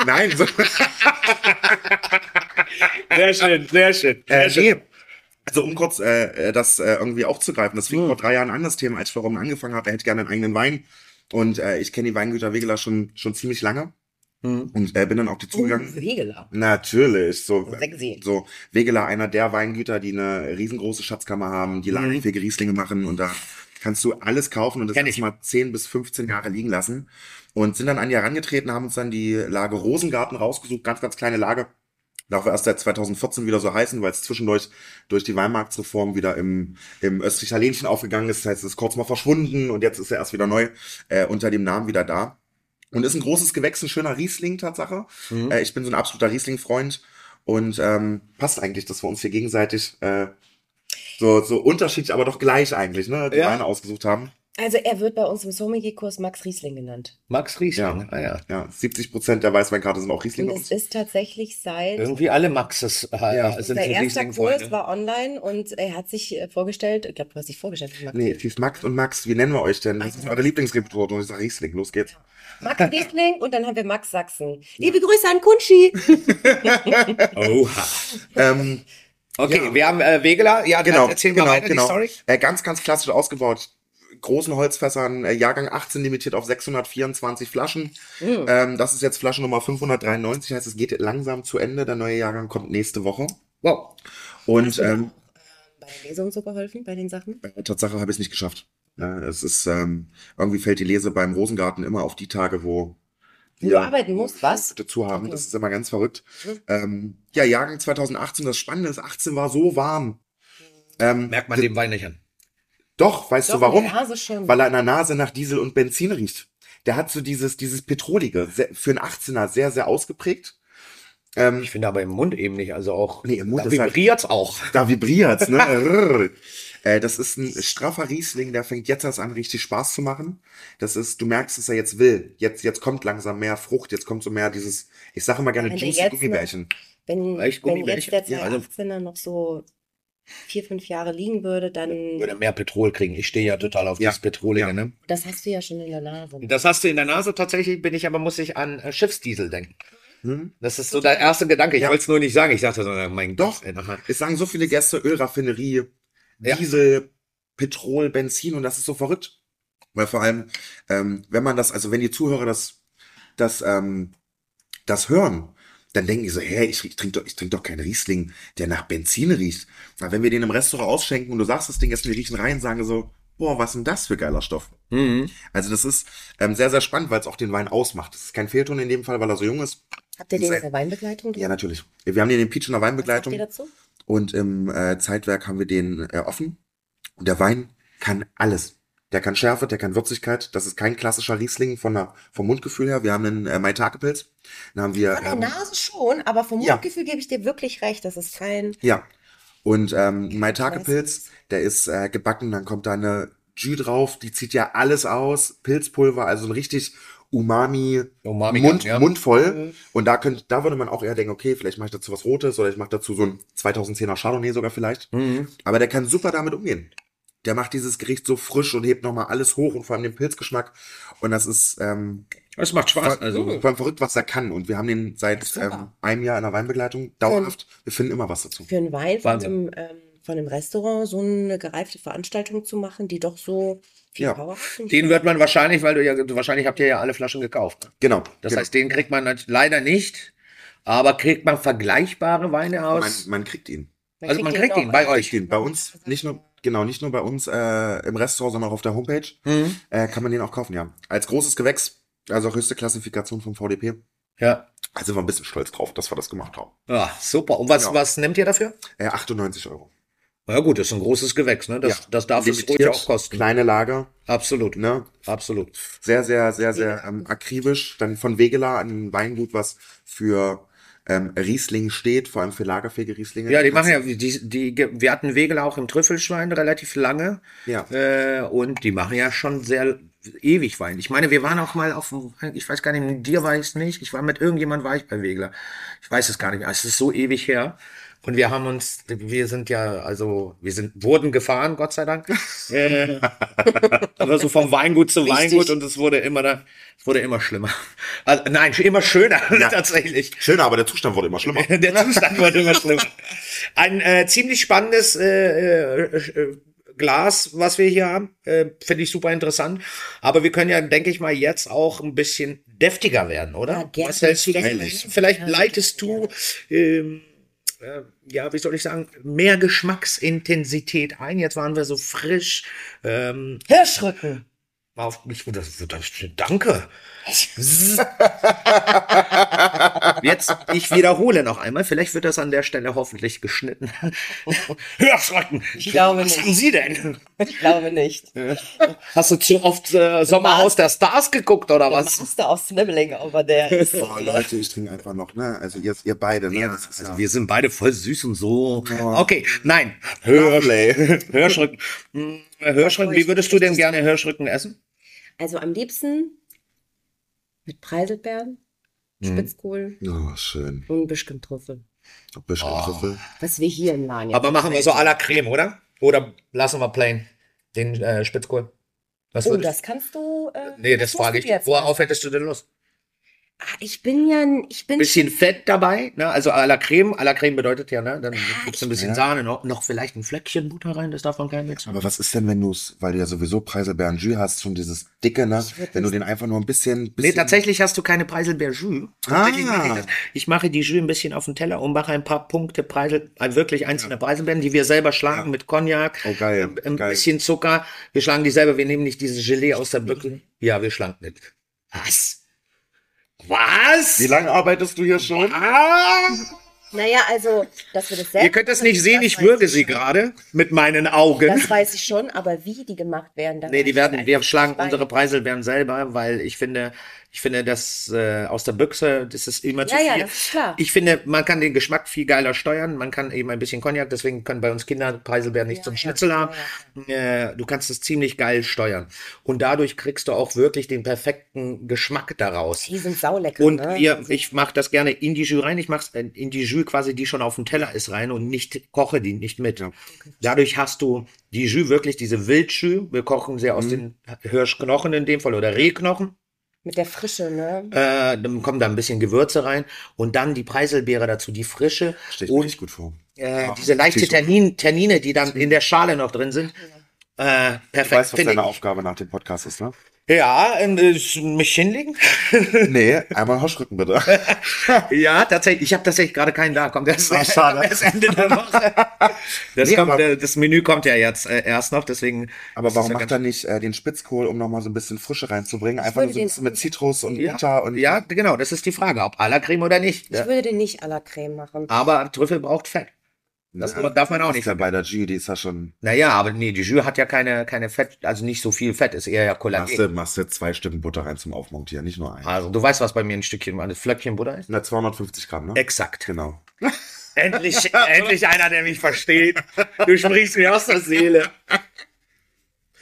[SPEAKER 2] Nein, so,
[SPEAKER 1] Sehr schön, sehr schön.
[SPEAKER 2] äh, nee. Also um kurz äh, äh, das äh, irgendwie aufzugreifen, das
[SPEAKER 1] Hm.
[SPEAKER 2] fing vor drei Jahren an, das Thema, als ich vor Rom angefangen habe, er hätte gerne einen eigenen Wein. Und äh, ich kenne die Weingüter Wegeler schon, schon ziemlich lange
[SPEAKER 1] Mhm.
[SPEAKER 2] und äh, bin dann auf die
[SPEAKER 3] Oh,
[SPEAKER 2] zugegangen.
[SPEAKER 3] Wegeler.
[SPEAKER 2] Natürlich,
[SPEAKER 1] Oh.
[SPEAKER 2] so,
[SPEAKER 3] Sexy.
[SPEAKER 2] so Wegeler, einer der Weingüter, die eine riesengroße Schatzkammer haben,
[SPEAKER 1] Mhm.
[SPEAKER 2] die langwege Rieslinge machen und da kannst du alles kaufen und das
[SPEAKER 1] Kenn
[SPEAKER 2] kannst
[SPEAKER 1] ich.
[SPEAKER 2] du mal 10 bis 15 Jahre liegen lassen und sind dann an die herangetreten, haben uns dann die Lage Rosengarten rausgesucht, ganz, ganz kleine Lage, darf erst seit 2014 wieder so heißen, weil es zwischendurch durch die Weinmarktsreform wieder im, im östlicher Lähnchen aufgegangen ist, das heißt, es ist kurz mal verschwunden und jetzt ist er erst wieder neu äh, unter dem Namen wieder da. Und ist ein großes Gewächs, ein schöner Riesling, Tatsache. Äh, ich bin so ein absoluter Riesling-Freund und ähm, passt eigentlich, dass wir uns hier gegenseitig äh, so, so unterschiedlich, aber doch gleich eigentlich, ne? Die
[SPEAKER 1] Ja.
[SPEAKER 2] Weine ausgesucht haben.
[SPEAKER 3] Also er wird bei uns im Sommelier-Kurs Max Riesling genannt.
[SPEAKER 1] Max Riesling.
[SPEAKER 2] Ja.
[SPEAKER 1] Ah, ja.
[SPEAKER 2] Ja, 70 Prozent der Weißweinkarte sind auch Riesling.
[SPEAKER 3] Und
[SPEAKER 2] bei
[SPEAKER 3] es
[SPEAKER 2] uns.
[SPEAKER 3] ist tatsächlich seit
[SPEAKER 1] Irgendwie alle Maxes äh,
[SPEAKER 2] Ja.
[SPEAKER 1] sind
[SPEAKER 3] Der
[SPEAKER 1] so
[SPEAKER 3] erste Kurs
[SPEAKER 1] Riesling-Freunde.
[SPEAKER 3] war online und er hat sich äh, vorgestellt, ich glaube, du hast dich vorgestellt, Max.
[SPEAKER 2] Nee, es hieß Max und Max, wie nennen wir euch denn? Das ist eure Lieblingsrepertoire. Und ich sage Riesling, los geht's.
[SPEAKER 3] Max Riesling und dann haben wir Max Sachsen. Liebe Grüße an Kunschi.
[SPEAKER 1] Oha.
[SPEAKER 2] Ähm,
[SPEAKER 1] Okay, wir haben äh, Wegeler. Ja,
[SPEAKER 2] genau,
[SPEAKER 1] dann erzähl
[SPEAKER 2] genau,
[SPEAKER 1] mal weiter
[SPEAKER 2] genau.
[SPEAKER 1] die Story.
[SPEAKER 2] Äh, ganz, ganz klassisch ausgebaut. Großen Holzfässern, äh, Jahrgang 18 limitiert auf 624 Flaschen. Ähm, das ist jetzt Flasche Nummer 593, heißt es geht langsam zu Ende. Der neue Jahrgang kommt nächste Woche.
[SPEAKER 1] Wow.
[SPEAKER 2] Und ähm,
[SPEAKER 3] Bei der Lesung so geholfen, bei den Sachen?
[SPEAKER 2] äh, Tatsache habe ich es nicht geschafft. Ja, es ist ähm, irgendwie fällt die Lese beim Rosengarten immer auf die Tage, wo
[SPEAKER 3] Wo
[SPEAKER 2] Ja.
[SPEAKER 3] du arbeiten musst, was?
[SPEAKER 2] dazu haben. Das ist immer ganz verrückt. Ähm, ja, Jahrgang 2018, das Spannende ist, 18 war so warm. Ähm,
[SPEAKER 1] Merkt man dem Wein nicht an.
[SPEAKER 2] doch, weißt
[SPEAKER 3] Doch,
[SPEAKER 2] du warum?
[SPEAKER 3] in der Nase schon.
[SPEAKER 2] weil er in der Nase nach Diesel und Benzin riecht. Der hat so dieses, dieses Petrolige, sehr, für einen 18er sehr, sehr ausgeprägt.
[SPEAKER 1] Ich finde aber im Mund eben nicht. Also auch.
[SPEAKER 2] ähm, Nee, im Mund
[SPEAKER 1] da
[SPEAKER 2] ist halt-
[SPEAKER 1] vibriert's auch.
[SPEAKER 2] Da vibriert's, ne? Rrrr. Äh, das ist ein straffer Riesling, der fängt jetzt erst an, richtig Spaß zu machen. Das ist, du merkst, dass er jetzt will. Jetzt, jetzt kommt langsam mehr Frucht, jetzt kommt so mehr dieses, ich sage immer gerne
[SPEAKER 3] Wenn der
[SPEAKER 2] juicy
[SPEAKER 3] jetzt noch-
[SPEAKER 2] Gummibärchen.
[SPEAKER 3] Wenn,
[SPEAKER 1] Echt
[SPEAKER 3] wenn
[SPEAKER 1] Gummibärchen?
[SPEAKER 3] jetzt der
[SPEAKER 1] Ja, also-
[SPEAKER 3] 2018er noch so vier, fünf Jahre liegen würde,
[SPEAKER 1] Würde
[SPEAKER 3] dann,
[SPEAKER 1] mehr Petrol kriegen. Ich stehe ja total auf
[SPEAKER 2] Ja.
[SPEAKER 1] dieses Petrolige,
[SPEAKER 2] Ja.
[SPEAKER 1] ne?
[SPEAKER 3] das hast du ja schon in der Nase.
[SPEAKER 1] Das hast du in der Nase tatsächlich, bin ich aber, muss ich an äh, Schiffsdiesel denken.
[SPEAKER 2] Hm?
[SPEAKER 1] Das ist so der erste Gedanke. Ich
[SPEAKER 2] Ja.
[SPEAKER 1] wollte es nur nicht sagen. Ich dachte so, na, mein
[SPEAKER 2] Doch.
[SPEAKER 1] Gott. ey, nochmal.
[SPEAKER 2] Es sagen so viele Gäste, Ölraffinerie,
[SPEAKER 1] Ja.
[SPEAKER 2] Diesel, Petrol, Benzin und das ist so verrückt. Weil vor allem, ähm, wenn man das, also wenn die Zuhörer das, das, ähm, das hören, dann denken die so, hey, ich, riech- trink doch, ich trinke doch keinen Riesling, der nach Benzin riecht. Na, wenn wir den im Restaurant ausschenken und du sagst das Ding, jetzt wir riechen rein, sagen so, boah, was ist denn das für geiler Stoff?
[SPEAKER 1] Mhm.
[SPEAKER 2] Also das ist ähm, sehr, sehr spannend, weil es auch den Wein ausmacht. Das ist kein Fehlton in dem Fall, weil er so jung ist.
[SPEAKER 3] Habt ihr den
[SPEAKER 2] Sei-
[SPEAKER 3] in der Weinbegleitung drin?
[SPEAKER 2] Ja, natürlich. Wir haben den in Peach in der
[SPEAKER 3] Was sagt
[SPEAKER 2] Weinbegleitung.
[SPEAKER 3] ihr dazu?
[SPEAKER 2] Und im äh, Zeitwerk haben wir den äh, offen. Und der Wein kann alles. Der kann Schärfe, der kann Würzigkeit. Das ist kein klassischer Riesling von der, vom Mundgefühl her. Wir haben einen äh, Maitakepilz. Dann haben wir.
[SPEAKER 3] Von der
[SPEAKER 2] ähm,
[SPEAKER 3] Nase schon, aber vom
[SPEAKER 2] Ja.
[SPEAKER 3] Mundgefühl gebe ich dir wirklich recht, das ist kein...
[SPEAKER 2] ja. Und ähm,
[SPEAKER 3] Ich
[SPEAKER 2] Maitakepilz, der ist äh, gebacken, dann kommt da eine Jus drauf, die zieht ja alles aus. Pilzpulver, also ein richtig Umami,
[SPEAKER 1] Umami,
[SPEAKER 2] Mund,
[SPEAKER 1] Oh, ja.
[SPEAKER 2] mundvoll. Und da könnte, da würde man auch eher denken, okay, vielleicht mache ich dazu was Rotes oder ich mache dazu so ein 2010er Chardonnay sogar vielleicht.
[SPEAKER 1] Mhm.
[SPEAKER 2] Aber der kann super damit umgehen. Der macht dieses Gericht so frisch und hebt nochmal alles hoch und vor allem den Pilzgeschmack. Und das ist ähm,
[SPEAKER 1] Das macht Spaß. Also,
[SPEAKER 2] vor allem verrückt, was er kann. Und wir haben den seit
[SPEAKER 3] Super.
[SPEAKER 2] ähm, einem Jahr in der Weinbegleitung dauerhaft. Wir finden immer was dazu.
[SPEAKER 3] Für einen Wein von so
[SPEAKER 1] Wahnsinn.
[SPEAKER 3] einem ähm, von einem Restaurant so eine gereifte Veranstaltung zu machen, die doch so viel
[SPEAKER 2] Ja.
[SPEAKER 3] Power hat. finde ich
[SPEAKER 1] Den wird man wahrscheinlich, weil du ja, wahrscheinlich habt ihr ja alle Flaschen gekauft. Ne?
[SPEAKER 2] Genau.
[SPEAKER 1] Das
[SPEAKER 2] genau.
[SPEAKER 1] heißt, den kriegt man nat- leider nicht, aber kriegt man vergleichbare Weine
[SPEAKER 2] man,
[SPEAKER 1] aus.
[SPEAKER 2] man kriegt ihn.
[SPEAKER 1] also man kriegt
[SPEAKER 3] auch
[SPEAKER 1] ihn bei
[SPEAKER 3] an.
[SPEAKER 1] euch.
[SPEAKER 2] Den bei uns nicht nur genau nicht nur bei uns äh, im Restaurant, sondern auch auf der Homepage
[SPEAKER 1] Mhm.
[SPEAKER 2] äh, kann man den auch kaufen. Ja, als großes Gewächs, also höchste Klassifikation vom VDP.
[SPEAKER 1] Ja.
[SPEAKER 2] Also sind wir ein bisschen stolz drauf, dass wir das gemacht haben.
[SPEAKER 1] ja, super. Und was,
[SPEAKER 2] Ja.
[SPEAKER 1] was nehmt ihr dafür?
[SPEAKER 2] Äh, 98 Euro.
[SPEAKER 1] Ja gut, das ist ein großes Gewächs, ne? Das,
[SPEAKER 2] Ja.
[SPEAKER 1] das darf es ruhig
[SPEAKER 2] Limitiert,
[SPEAKER 1] auch kosten.
[SPEAKER 2] Kleine Lager,
[SPEAKER 1] Absolut,
[SPEAKER 2] ne?
[SPEAKER 1] absolut.
[SPEAKER 2] Sehr, sehr, sehr, sehr ähm, akribisch. Dann von Wegeler, ein Weingut, was für ähm, Riesling steht, vor allem für lagerfähige Rieslinge.
[SPEAKER 1] Ja, die machen ja, die, die, wir hatten Wegel auch im Trüffelschwein relativ lange.
[SPEAKER 2] Ja.
[SPEAKER 1] Äh, und die machen ja schon sehr ewig Wein. Ich meine, wir waren auch mal auf, dem- ich weiß gar nicht, mit dir war ich es nicht. Ich war mit irgendjemand war ich bei Wegler. Ich weiß es gar nicht mehr. Es ist so ewig her. Und wir haben uns, wir sind ja, also, wir sind, wurden gefahren, Gott sei Dank. Äh, aber Also so vom Weingut zu Weingut und es wurde immer, da, es wurde immer schlimmer. Also, nein, immer schöner, tatsächlich.
[SPEAKER 2] Schöner, aber der Zustand wurde immer schlimmer.
[SPEAKER 1] Der Zustand wird immer schlimmer. Ein äh, ziemlich spannendes äh, äh, äh, Glas, was wir hier haben, äh, finde ich super interessant. Aber wir können ja, denke ich mal, jetzt auch ein bisschen deftiger werden, oder?
[SPEAKER 3] Ja, gerne.
[SPEAKER 1] Was hältst du davon?
[SPEAKER 2] Ehrlich.
[SPEAKER 1] Vielleicht leitest du, ähm, äh, ja, wie soll ich sagen, mehr Geschmacksintensität ein. Jetzt waren wir so frisch. Ähm,
[SPEAKER 3] Hirschrücken.
[SPEAKER 1] auf mich, das, das, danke. Jetzt, ich wiederhole noch einmal, vielleicht wird das an der Stelle hoffentlich geschnitten. Hörschrocken!
[SPEAKER 3] Ich glaube
[SPEAKER 1] Was
[SPEAKER 3] nicht.
[SPEAKER 1] haben Sie denn? Äh,
[SPEAKER 3] Ich glaube nicht.
[SPEAKER 1] Hast du zu oft äh, Sommerhaus der Stars geguckt oder was?
[SPEAKER 3] Master of Snibbling, aber der ist.
[SPEAKER 2] Oh, Leute, ich trinke einfach noch, ne? Also ihr, ihr beide, ne? Das ist ja-
[SPEAKER 1] also wir sind beide voll süß und so. Okay, nein.
[SPEAKER 2] Lovely.
[SPEAKER 1] Hörschrücken. Hm, Hörschrücken, wie würdest du denn gerne Hörschrücken essen?
[SPEAKER 3] Also am liebsten mit Preiselbeeren,
[SPEAKER 1] Mhm.
[SPEAKER 3] Spitzkohl
[SPEAKER 2] Oh, schön.
[SPEAKER 3] und bestimmt Trüffel.
[SPEAKER 2] Ein bisschen Trüffel.
[SPEAKER 3] Was wir hier in Lagen
[SPEAKER 1] Aber machen wir so à la Creme, oder? Oder lassen wir plain den äh, Spitzkohl? Was
[SPEAKER 3] Oh,
[SPEAKER 1] würdest-
[SPEAKER 3] das kannst du. Äh,
[SPEAKER 1] Nee, das
[SPEAKER 3] musst
[SPEAKER 1] frage
[SPEAKER 3] du
[SPEAKER 1] ich.
[SPEAKER 3] Jetzt.
[SPEAKER 1] Worauf hättest du denn Lust?
[SPEAKER 3] Ah, Ich bin ja. n- Ich bin.
[SPEAKER 1] bisschen Fett dabei, ne? Also à la Creme, à la Creme bedeutet ja, ne? Dann
[SPEAKER 2] Ah,
[SPEAKER 1] gibt's ein bisschen
[SPEAKER 2] Ja.
[SPEAKER 1] Sahne, noch, noch vielleicht ein Fleckchen Butter rein, das darf man kein nichts.
[SPEAKER 2] Aber was ist denn, wenn du es, weil du ja sowieso Preiselbeeren Jus hast, schon dieses dicke, ne? Wenn du den einfach nur ein bisschen,
[SPEAKER 1] Nee,
[SPEAKER 2] bisschen Ah.
[SPEAKER 1] tatsächlich hast du keine Preiselbeer Jus. Tatsächlich mache ich, das. ich mache die Jus ein bisschen auf den Teller und mache ein paar Punkte Preisel, also wirklich einzelne Preiselbeeren, die wir selber schlagen mit Cognac, Ähm,
[SPEAKER 2] Oh, geil,
[SPEAKER 1] ein
[SPEAKER 2] geil.
[SPEAKER 1] bisschen Zucker. Wir schlagen die selber, wir nehmen nicht dieses Gelee aus der Büchse. Ja, wir schlagen nicht. Was? Was?
[SPEAKER 2] Wie lange arbeitest du hier schon?
[SPEAKER 1] Ah!
[SPEAKER 3] Naja, also, dass wir das
[SPEAKER 1] Ihr
[SPEAKER 3] selbst.
[SPEAKER 1] könnt das nicht sehen,
[SPEAKER 3] Das
[SPEAKER 1] ich
[SPEAKER 3] weiß
[SPEAKER 1] würge
[SPEAKER 3] ich
[SPEAKER 1] sie
[SPEAKER 3] schon.
[SPEAKER 1] gerade mit meinen Augen.
[SPEAKER 3] Das weiß ich schon, aber wie die gemacht werden, da
[SPEAKER 1] Nee, die
[SPEAKER 3] weiß ich
[SPEAKER 1] werden, wir
[SPEAKER 3] eigentlich
[SPEAKER 1] schlagen
[SPEAKER 3] nicht bei.
[SPEAKER 1] unsere Preiselbeeren selber, weil ich finde, ich finde, das äh, aus der Büchse, das ist immer zu
[SPEAKER 3] Ja, ja,
[SPEAKER 1] viel.
[SPEAKER 3] das ist klar.
[SPEAKER 1] Ich finde, man kann den Geschmack viel geiler steuern. Man kann eben ein bisschen Cognac, deswegen können bei uns Kinder Preiselbeeren nicht zum Schnitzel haben. Äh, du kannst es ziemlich geil steuern. Und dadurch kriegst du auch wirklich den perfekten Geschmack daraus.
[SPEAKER 3] Die sind saulecker.
[SPEAKER 2] Genau.
[SPEAKER 1] Und
[SPEAKER 3] ne?
[SPEAKER 1] wir, ich mache das gerne in die Jus rein. Ich mache es in die Jus quasi, die schon auf dem Teller ist, rein und nicht koche die nicht mit. Dadurch hast du die Jus wirklich, diese Wildjus. Wir kochen sie aus
[SPEAKER 2] Mhm.
[SPEAKER 1] den Hirschknochen in dem Fall oder Rehknochen.
[SPEAKER 3] Mit der Frische, ne?
[SPEAKER 1] Äh, dann kommen da ein bisschen Gewürze rein und dann die Preiselbeere dazu, die frische
[SPEAKER 2] Steht mir
[SPEAKER 1] und
[SPEAKER 2] nicht gut vor.
[SPEAKER 1] äh, diese leichte Tannin, Tannine, die dann in der Schale noch drin sind. Äh,
[SPEAKER 2] Du weißt,
[SPEAKER 1] perfekt,
[SPEAKER 2] was
[SPEAKER 1] finde
[SPEAKER 2] deine
[SPEAKER 1] ich.
[SPEAKER 2] Aufgabe nach dem Podcast ist, ne?
[SPEAKER 1] Ja, ähm, ist- mich hinlegen.
[SPEAKER 2] Nee, einmal Hauschrücken bitte.
[SPEAKER 1] Ja, tatsächlich. Ich habe tatsächlich gerade keinen da. Kommt erst
[SPEAKER 2] Ach, schade.
[SPEAKER 1] erst Ende der Woche. Das,
[SPEAKER 2] Nee,
[SPEAKER 1] kommt,
[SPEAKER 2] aber-
[SPEAKER 1] äh, das Menü kommt ja jetzt äh, erst noch, deswegen.
[SPEAKER 2] Aber warum macht
[SPEAKER 1] ganz-
[SPEAKER 2] er nicht äh, den Spitzkohl, um nochmal so ein bisschen Frische reinzubringen? Einfach
[SPEAKER 3] würde
[SPEAKER 2] nur so ein
[SPEAKER 3] den-
[SPEAKER 2] bisschen mit Zitrus und
[SPEAKER 1] Ja,
[SPEAKER 2] Butter und
[SPEAKER 1] ja, genau, das ist die Frage, ob à la Creme oder nicht. ne?
[SPEAKER 3] Ich würde den nicht à la Creme machen.
[SPEAKER 1] Aber Trüffel braucht Fett. Das darf man auch
[SPEAKER 2] Ist
[SPEAKER 1] nicht.
[SPEAKER 2] ja bei der G, die ist ja schon.
[SPEAKER 1] Naja, aber nee, die Jus hat ja keine, keine Fett, also nicht so viel Fett, ist eher ja
[SPEAKER 2] Machst
[SPEAKER 1] Kollagen.
[SPEAKER 2] du, machst du zwei Stücken Butter rein zum Aufmontieren, nicht nur ein.
[SPEAKER 1] Also du weißt, was bei mir ein Stückchen, ein Flöckchen Butter ist?
[SPEAKER 2] Na, 250 Gramm, ne?
[SPEAKER 1] Exakt.
[SPEAKER 2] Genau.
[SPEAKER 1] Endlich, endlich einer, der mich versteht. Du sprichst mir aus der Seele.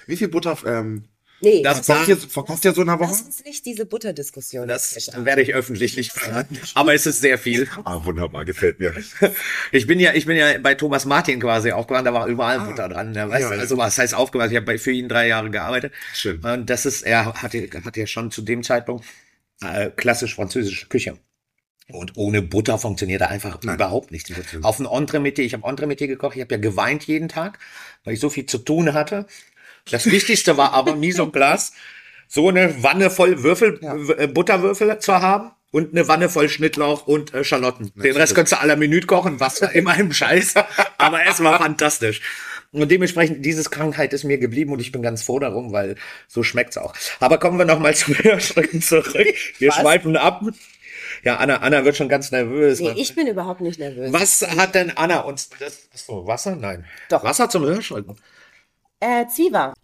[SPEAKER 2] Wie viel Butter ähm,
[SPEAKER 3] Nee,
[SPEAKER 1] Das-
[SPEAKER 2] verkauft, ihr, verkauft ihr so in der
[SPEAKER 3] lass
[SPEAKER 2] Woche?
[SPEAKER 3] uns nicht diese Butterdiskussion.
[SPEAKER 1] Das
[SPEAKER 3] jetzt-
[SPEAKER 1] werde ich öffentlich nicht verraten. Aber es ist sehr viel.
[SPEAKER 2] Ah, wunderbar, gefällt mir.
[SPEAKER 1] Ich bin ja, ich bin ja bei Thomas Martin quasi aufgewachsen, da war überall Butter dran. Ne, weißt?
[SPEAKER 2] Ja,
[SPEAKER 1] du?
[SPEAKER 2] ja.
[SPEAKER 1] Also was heißt aufgewachsen? Ich habe bei- für ihn drei Jahre gearbeitet.
[SPEAKER 2] Schön.
[SPEAKER 1] Und das ist, er hatte, hatte ja schon zu dem Zeitpunkt äh, klassisch französische Küche. Und ohne Butter funktioniert da einfach
[SPEAKER 2] Nein.
[SPEAKER 1] überhaupt nichts.
[SPEAKER 2] Natürlich.
[SPEAKER 1] Auf ein Entremetier, ich habe Entremetier gekocht, ich habe ja geweint jeden Tag, weil ich so viel zu tun hatte. Das Wichtigste war aber, mise en place, so eine Wanne voll Würfel, W- äh, Butterwürfel zu haben und eine Wanne voll Schnittlauch und äh, Schalotten. Den Rest könntest du à la Minute kochen, Wasser in meinem Scheiß, aber es war fantastisch. Und dementsprechend, dieses Krankheit ist mir geblieben und ich bin ganz froh darum, weil so schmeckt's auch. Aber kommen wir nochmal zum Hörschrecken zurück. Wir
[SPEAKER 3] Was?
[SPEAKER 1] schweifen ab. Ja, Anna, Anna wird schon ganz nervös. ne?
[SPEAKER 3] Nee, ich bin überhaupt nicht nervös.
[SPEAKER 1] Was hat denn Anna uns. Das, achso, Wasser? Nein.
[SPEAKER 3] Doch.
[SPEAKER 1] Wasser zum Hörschrecken.
[SPEAKER 3] Äh, Zwieber.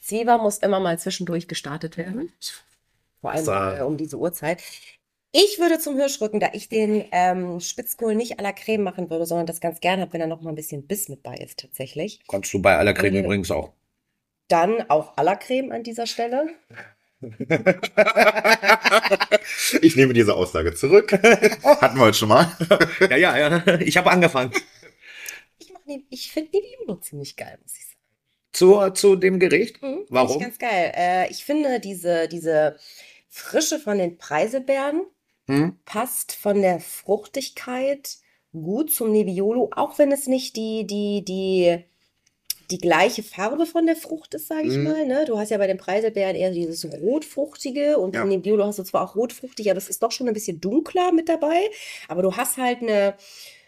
[SPEAKER 3] Zwieber muss immer mal zwischendurch gestartet werden. Vor allem
[SPEAKER 1] Wasser.
[SPEAKER 3] äh, um diese Uhrzeit. Ich würde zum Hirschrücken, da ich den ähm, Spitzkohl nicht à la Creme machen würde, sondern das ganz gerne habe, wenn da noch mal ein bisschen Biss mit bei ist tatsächlich.
[SPEAKER 1] Kannst du bei aller Creme
[SPEAKER 3] Nee.
[SPEAKER 1] übrigens auch.
[SPEAKER 3] Dann auch à la Creme an dieser Stelle.
[SPEAKER 2] Ich nehme diese Aussage zurück. Hatten wir heute schon mal.
[SPEAKER 1] Ja, ja, ja. Ich habe angefangen.
[SPEAKER 3] Ich, mach die- ich finde Nebbiolo ziemlich geil, muss ich sagen.
[SPEAKER 1] Zu, zu dem Gericht?
[SPEAKER 3] Mhm, finde
[SPEAKER 1] Warum?
[SPEAKER 3] Ich ganz geil. Äh, ich finde diese, diese Frische von den Preiselbeeren
[SPEAKER 1] Hm?
[SPEAKER 3] passt von der Fruchtigkeit gut zum Nebbiolo, auch wenn es nicht die, die, die, die gleiche Farbe von der Frucht ist, sage ich
[SPEAKER 2] Mhm.
[SPEAKER 3] mal. Ne? Du hast ja bei den Preiselbeeren eher dieses rotfruchtige und
[SPEAKER 2] Ja.
[SPEAKER 3] im Nebbiolo hast du zwar auch rotfruchtig, aber es ist doch schon ein bisschen dunkler mit dabei. Aber du hast halt eine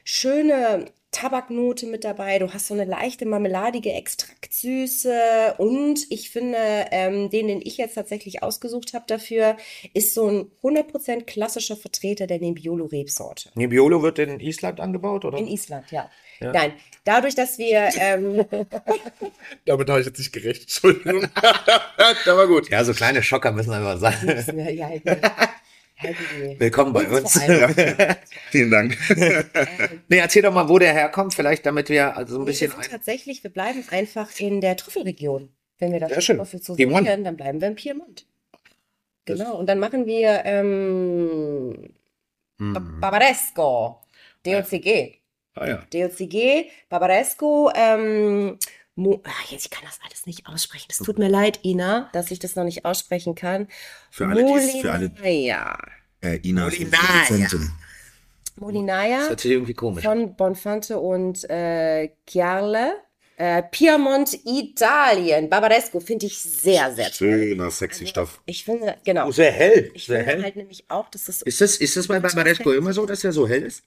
[SPEAKER 3] schöne Tabaknote mit dabei. Du hast so eine leichte marmeladige Extraktsüße. Und ich finde, ähm, den, den ich jetzt tatsächlich ausgesucht habe dafür, ist so ein 100% klassischer Vertreter der Nebbiolo-Rebsorte.
[SPEAKER 1] Nebbiolo wird in Island angebaut, oder?
[SPEAKER 3] In Island, ja.
[SPEAKER 1] Ja.
[SPEAKER 3] Nein, dadurch, dass wir, ähm,
[SPEAKER 2] Damit habe ich jetzt nicht gerechnet. Entschuldigung. da war gut.
[SPEAKER 1] ja, so kleine Schocker müssen einfach sein.
[SPEAKER 3] müssen wir hier halten. Halten die-
[SPEAKER 1] Willkommen bei
[SPEAKER 3] Uns
[SPEAKER 1] uns.
[SPEAKER 3] vor allem.
[SPEAKER 2] Vielen Dank.
[SPEAKER 1] Nee, erzähl doch mal, wo der herkommt, vielleicht, damit wir also ein
[SPEAKER 3] Nee, wir
[SPEAKER 1] bisschen
[SPEAKER 3] sind
[SPEAKER 1] ein.
[SPEAKER 3] tatsächlich, wir bleiben einfach in der Trüffelregion. Wenn wir das
[SPEAKER 1] Sehr schön.
[SPEAKER 3] Trüffel so
[SPEAKER 1] Piemont.
[SPEAKER 3] sortieren, dann bleiben wir im Piemont.
[SPEAKER 1] Das- Mhm.
[SPEAKER 3] Genau, und dann machen wir ähm, Ba-
[SPEAKER 1] Hm.
[SPEAKER 3] Barbaresco, DOCG.
[SPEAKER 1] Ah, ja.
[SPEAKER 3] DOCG, Barbaresco, ähm, Mo Ach, jetzt, ich kann das alles nicht aussprechen. Es tut mir leid, Ina, dass ich das noch nicht aussprechen kann.
[SPEAKER 2] Für alle, die es- für alle
[SPEAKER 3] Molinaya.
[SPEAKER 2] äh, Ina ist unsere
[SPEAKER 1] Molinaia.
[SPEAKER 2] Produzentin.
[SPEAKER 1] Das
[SPEAKER 3] Molinaya
[SPEAKER 1] hört sich irgendwie komisch. an.
[SPEAKER 3] von Bonfante und äh, Chiarle. Äh, Piemont, Italien. Barbaresco finde ich sehr, sehr toll. Also,
[SPEAKER 2] Schöner, sexy Stoff.
[SPEAKER 3] Ich finde, genau.
[SPEAKER 1] Oh, sehr hell.
[SPEAKER 3] Ich
[SPEAKER 1] Sehr
[SPEAKER 3] finde
[SPEAKER 1] hell.
[SPEAKER 3] halt nämlich auch, dass das
[SPEAKER 1] Ist das, ist das bei Barbaresco immer so, dass er so hell ist?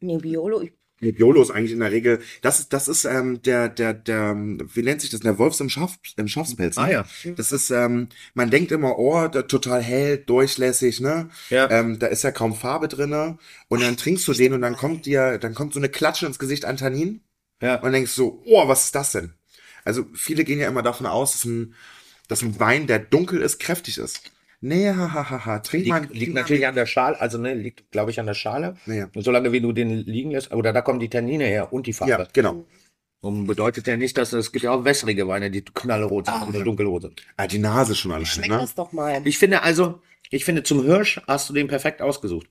[SPEAKER 3] Nebbiolo.
[SPEAKER 2] Nebbiolo ist eigentlich in der Regel, das ist, das ist ähm, der, der, der, ähm, wie nennt sich das, der Wolfs im, Schaf, im Schafspelz. ne?
[SPEAKER 1] Ah, ja.
[SPEAKER 2] Das ist, ähm, man denkt immer, oh, da, total hell, durchlässig, ne?
[SPEAKER 1] Ja.
[SPEAKER 2] Ähm, da ist ja kaum Farbe drinne. Und dann trinkst du den und dann kommt dir, dann kommt so eine Klatsche ins Gesicht an Tannin.
[SPEAKER 1] Ja.
[SPEAKER 2] Und denkst so, oh, was ist das denn? Also viele gehen ja immer davon aus, dass ein, dass ein Wein, der dunkel ist, kräftig ist. Nee, hahaha, trink mal.
[SPEAKER 1] Liegt, liegt natürlich an der Schale, also ne, liegt, glaube ich, an der Schale.
[SPEAKER 2] Ja.
[SPEAKER 1] Und solange wie du den liegen lässt, oder da kommen die Tannine her und die Farbe.
[SPEAKER 2] Ja, genau.
[SPEAKER 1] Und bedeutet ja nicht, dass es gibt ja auch wässrige Weine, die knallrot sind oder dunkelrot sind.
[SPEAKER 2] Ah, die Nase schon alleine,
[SPEAKER 3] Schmeckt
[SPEAKER 2] ne?
[SPEAKER 3] das doch mal.
[SPEAKER 1] Ich finde also, ich finde zum Hirsch hast du den perfekt ausgesucht.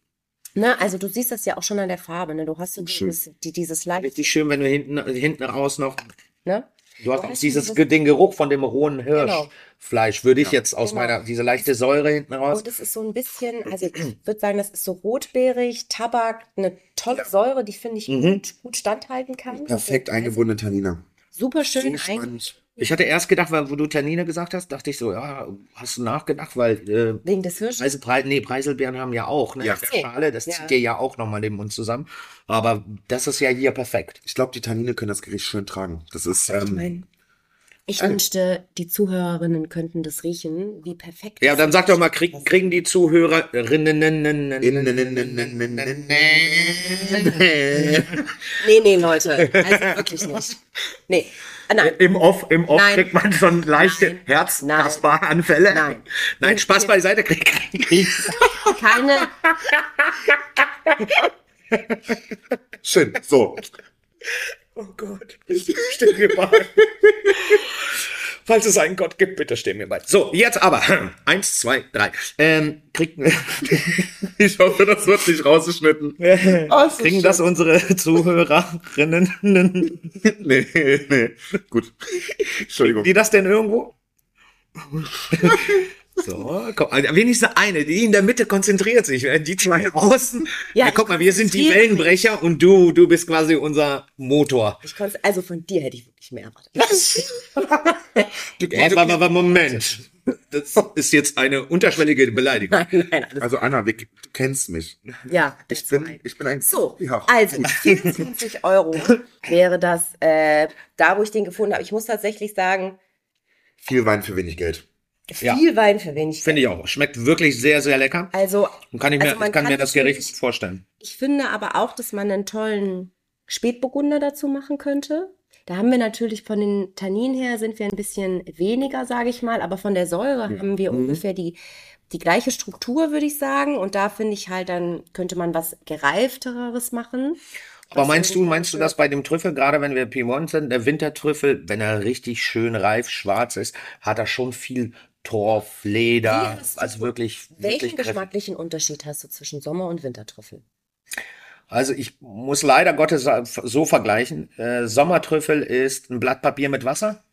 [SPEAKER 3] Na, also du siehst das ja auch schon an der Farbe. Ne? Du hast so
[SPEAKER 2] Schön.
[SPEAKER 3] dieses, die, dieses Leicht.
[SPEAKER 1] Richtig schön, wenn du hinten, hinten raus noch,
[SPEAKER 3] Ne?
[SPEAKER 1] du hast
[SPEAKER 3] Weißt
[SPEAKER 1] auch
[SPEAKER 3] du,
[SPEAKER 1] dieses,
[SPEAKER 3] das-
[SPEAKER 1] Ge- den Geruch von dem rohen
[SPEAKER 3] Genau.
[SPEAKER 1] Hirschfleisch, würde ich jetzt aus
[SPEAKER 3] Genau. Oh,
[SPEAKER 1] meiner, diese leichte Säure hinten raus.
[SPEAKER 3] Und es ist so ein bisschen, also ich würde sagen, das ist so rotbeerig, Tabak, eine tolle Säure, die finde ich gut, gut standhalten kann.
[SPEAKER 2] Mhm. Perfekt
[SPEAKER 3] Also
[SPEAKER 2] eingebundene Tanniner.
[SPEAKER 3] Super schön
[SPEAKER 2] So
[SPEAKER 3] eingebunden.
[SPEAKER 2] spannend.
[SPEAKER 1] Ich hatte erst gedacht, weil, wo du Tannine gesagt hast, dachte ich so, ja, hast du nachgedacht, weil, äh,
[SPEAKER 3] Wegen des Hirsches.
[SPEAKER 1] Preiselbeeren, nee, Preiselbeeren haben ja auch, ne?
[SPEAKER 2] Ja.
[SPEAKER 1] auf der Schale, das
[SPEAKER 3] Ja.
[SPEAKER 1] zieht dir ja auch nochmal den Mund zusammen. Aber das ist ja hier perfekt.
[SPEAKER 2] Ich glaube, die Tannine können das Gericht schön tragen. Das ist, ähm, Äh.
[SPEAKER 3] Ich wünschte, die Zuhörerinnen könnten das riechen, wie perfekt.
[SPEAKER 1] Ja,
[SPEAKER 3] das
[SPEAKER 1] dann
[SPEAKER 3] ist.
[SPEAKER 1] sag doch mal, krieg, kriegen die Zuhörerinnen.
[SPEAKER 3] Nee, nee, Leute. Also wirklich nicht. Nee. Ah, Nein.
[SPEAKER 1] Im Off, im Off
[SPEAKER 3] Nein.
[SPEAKER 1] kriegt man schon leichte
[SPEAKER 3] Nein.
[SPEAKER 1] Herz-Kasper-Anfälle.
[SPEAKER 3] Nein.
[SPEAKER 1] Nein, Spaß beiseite. Krieg, krieg, krieg.
[SPEAKER 3] Keine.
[SPEAKER 2] schön. So.
[SPEAKER 1] Oh Gott, steh mir bei. Falls es einen Gott gibt, bitte steh mir bei. So, jetzt aber. Eins, zwei, drei. Ähm, kriegt,
[SPEAKER 2] Ich hoffe, das wird nicht rausgeschnitten.
[SPEAKER 3] Oh,
[SPEAKER 1] kriegen das unsere Zuhörerinnen,
[SPEAKER 2] Nee, nee. Gut. Entschuldigung.
[SPEAKER 1] die das denn irgendwo? So, komm, also wenigstens eine, die in der Mitte konzentriert sich, während die zwei außen. Ja,
[SPEAKER 3] Ja,
[SPEAKER 1] guck mal, wir sind die
[SPEAKER 3] konzentriere mich.
[SPEAKER 1] Wellenbrecher und du, du bist quasi unser Motor.
[SPEAKER 3] Ich konnte, also von dir hätte ich wirklich mehr erwartet.
[SPEAKER 2] Also,
[SPEAKER 1] Äh, aber, aber Moment. Das ist jetzt eine unterschwellige Beleidigung.
[SPEAKER 3] Nein, nein, alles.
[SPEAKER 2] Also Anna, wir, du kennst mich.
[SPEAKER 3] Ja,
[SPEAKER 2] Ich
[SPEAKER 3] that's
[SPEAKER 2] bin,
[SPEAKER 3] right.
[SPEAKER 2] ich bin ein...
[SPEAKER 3] So,
[SPEAKER 2] Ja.
[SPEAKER 3] also 24 Euro wäre das, äh, da wo ich den gefunden habe. Ich muss tatsächlich sagen,
[SPEAKER 2] Viel Wein für wenig Geld.
[SPEAKER 1] Ja.
[SPEAKER 3] viel Wein für wenig.
[SPEAKER 1] Finde ich auch. Schmeckt wirklich sehr, sehr lecker.
[SPEAKER 3] Also,
[SPEAKER 1] Und kann ich mir,
[SPEAKER 3] Also man
[SPEAKER 1] ich kann
[SPEAKER 3] kann
[SPEAKER 1] mir das
[SPEAKER 3] natürlich-
[SPEAKER 1] Gericht vorstellen.
[SPEAKER 3] ich finde aber auch, dass man einen tollen Spätburgunder dazu machen könnte. Da haben wir natürlich von den Tanninen her sind wir ein bisschen weniger, sage ich mal, aber von der Säure haben
[SPEAKER 1] Mhm.
[SPEAKER 3] wir ungefähr die, die gleiche Struktur, würde ich sagen. Und da finde ich halt, dann könnte man was gereifteres machen.
[SPEAKER 1] Aber
[SPEAKER 3] Was
[SPEAKER 1] meinst du,
[SPEAKER 3] irgendwie
[SPEAKER 1] meinst du, dass bei dem Trüffel, gerade wenn wir Piemont sind, der Wintertrüffel, wenn er richtig schön reif schwarz ist, hat er schon viel Torf, Leder,
[SPEAKER 3] Wie hast du-
[SPEAKER 1] also wirklich, wirklich
[SPEAKER 3] Welchen
[SPEAKER 1] kräftig.
[SPEAKER 3] geschmacklichen Unterschied hast du zwischen Sommer- und Wintertrüffel?
[SPEAKER 1] Also ich muss leider Gottes so vergleichen. Äh, Sommertrüffel ist ein Blatt Papier mit Wasser.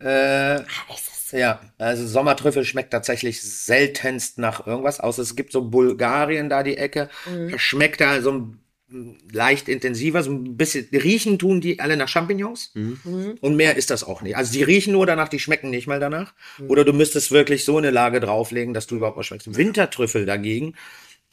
[SPEAKER 1] Äh,
[SPEAKER 3] Ah, ist das so?
[SPEAKER 1] ja, also Sommertrüffel schmeckt tatsächlich seltenst nach irgendwas, außer es gibt so Bulgarien da die Ecke.
[SPEAKER 3] Mhm.
[SPEAKER 1] Da schmeckt da so ein leicht intensiver, so ein bisschen riechen tun die alle nach Champignons.
[SPEAKER 3] Mhm.
[SPEAKER 1] Und mehr ist das auch nicht. Also die riechen nur danach, die schmecken nicht mal danach.
[SPEAKER 3] Mhm.
[SPEAKER 1] Oder du müsstest wirklich so eine Lage drauflegen, dass du überhaupt was schmeckst. Wintertrüffel dagegen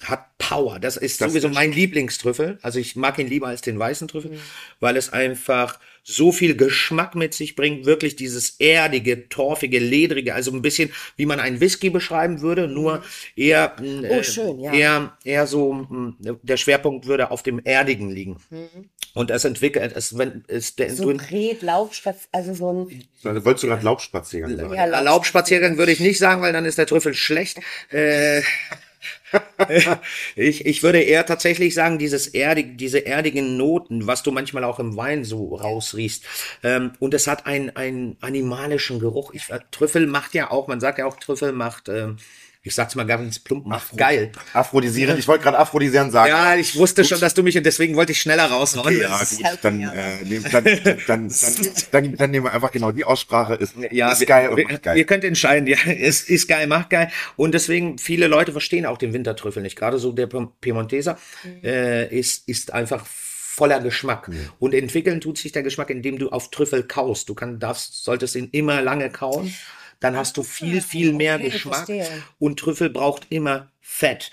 [SPEAKER 1] hat Power. Das ist sowieso mein Lieblingstrüffel. Also ich mag ihn lieber als den weißen Trüffel,
[SPEAKER 3] Mhm.
[SPEAKER 1] weil es einfach so viel Geschmack mit sich bringt. Wirklich dieses erdige, torfige, ledrige. Also ein bisschen, wie man einen Whisky beschreiben würde, nur eher, mh,
[SPEAKER 3] Mhm. Oh,
[SPEAKER 1] äh,
[SPEAKER 3] schön, ja.
[SPEAKER 1] eher, eher so, mh, der Schwerpunkt würde auf dem Erdigen liegen. Und es entwickelt, es, wenn, es, der,
[SPEAKER 3] Mhm. So ein Red, Laufspatz, also so ein.
[SPEAKER 2] Also, wolltest du gerade Laubspaziergang sagen?
[SPEAKER 3] Ja,
[SPEAKER 1] Erlaubt Laubspaziergang würde ich nicht sagen, weil dann ist der Trüffel schlecht. Äh, ich, ich würde eher tatsächlich sagen, dieses erdig, diese erdigen Noten, was du manchmal auch im Wein so rausriechst. Ähm, und es hat einen, einen animalischen Geruch. Ich, äh, Trüffel macht ja auch, man sagt ja auch, Trüffel macht, ähm, ich sag's mal ganz plump, macht geil.
[SPEAKER 2] Aphrodisieren. Ich wollte gerade Aphrodisieren sagen.
[SPEAKER 1] Ja, ich wusste schon, dass du mich, und deswegen wollte ich schneller raushauen.
[SPEAKER 2] Ja, gut, dann, äh, nehm, dann, dann, dann, dann, dann nehmen wir einfach genau die Aussprache. Ist,
[SPEAKER 1] Ja,
[SPEAKER 2] ist
[SPEAKER 1] wir-
[SPEAKER 2] geil und
[SPEAKER 1] wir,
[SPEAKER 2] macht geil.
[SPEAKER 1] Ihr könnt entscheiden, ja, es ist geil, macht geil. Und deswegen, viele Leute verstehen auch den Wintertrüffel nicht. Gerade so der Piem- Piemonteser
[SPEAKER 3] Mhm.
[SPEAKER 1] äh, ist, ist einfach voller Geschmack.
[SPEAKER 2] Mhm.
[SPEAKER 1] Und entwickeln tut sich der Geschmack, indem du auf Trüffel kaust. Du kann, darfst, solltest ihn immer lange kauen. Dann hast du viel, viel mehr
[SPEAKER 3] Ah, okay,
[SPEAKER 1] Geschmack.
[SPEAKER 3] verstehe.
[SPEAKER 1] Und Trüffel braucht immer Fett.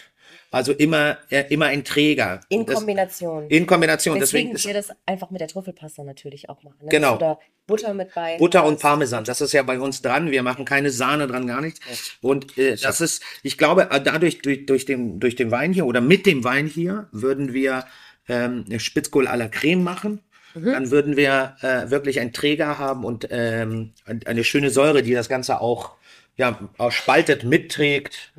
[SPEAKER 1] Also immer, äh, immer ein Träger.
[SPEAKER 3] In
[SPEAKER 1] Und das-
[SPEAKER 3] Kombination.
[SPEAKER 1] In Kombination.
[SPEAKER 3] Deswegen
[SPEAKER 1] Genau, Deswegen
[SPEAKER 3] wir
[SPEAKER 1] ist
[SPEAKER 3] das einfach mit der Trüffelpasta natürlich auch machen. Ne?
[SPEAKER 1] Genau.
[SPEAKER 3] Oder Butter mit bei.
[SPEAKER 1] Butter und Parmesan, das ist ja bei uns dran. Wir machen keine Sahne dran, gar nichts. Und äh, das ist, ich glaube, äh, dadurch durch, durch, den, durch den Wein hier oder mit dem Wein hier würden wir ähm, Spitzkohl à la Creme machen. Dann würden wir äh, wirklich einen Träger haben und ähm, eine schöne Säure, die das Ganze auch ja, auch spaltet, mitträgt.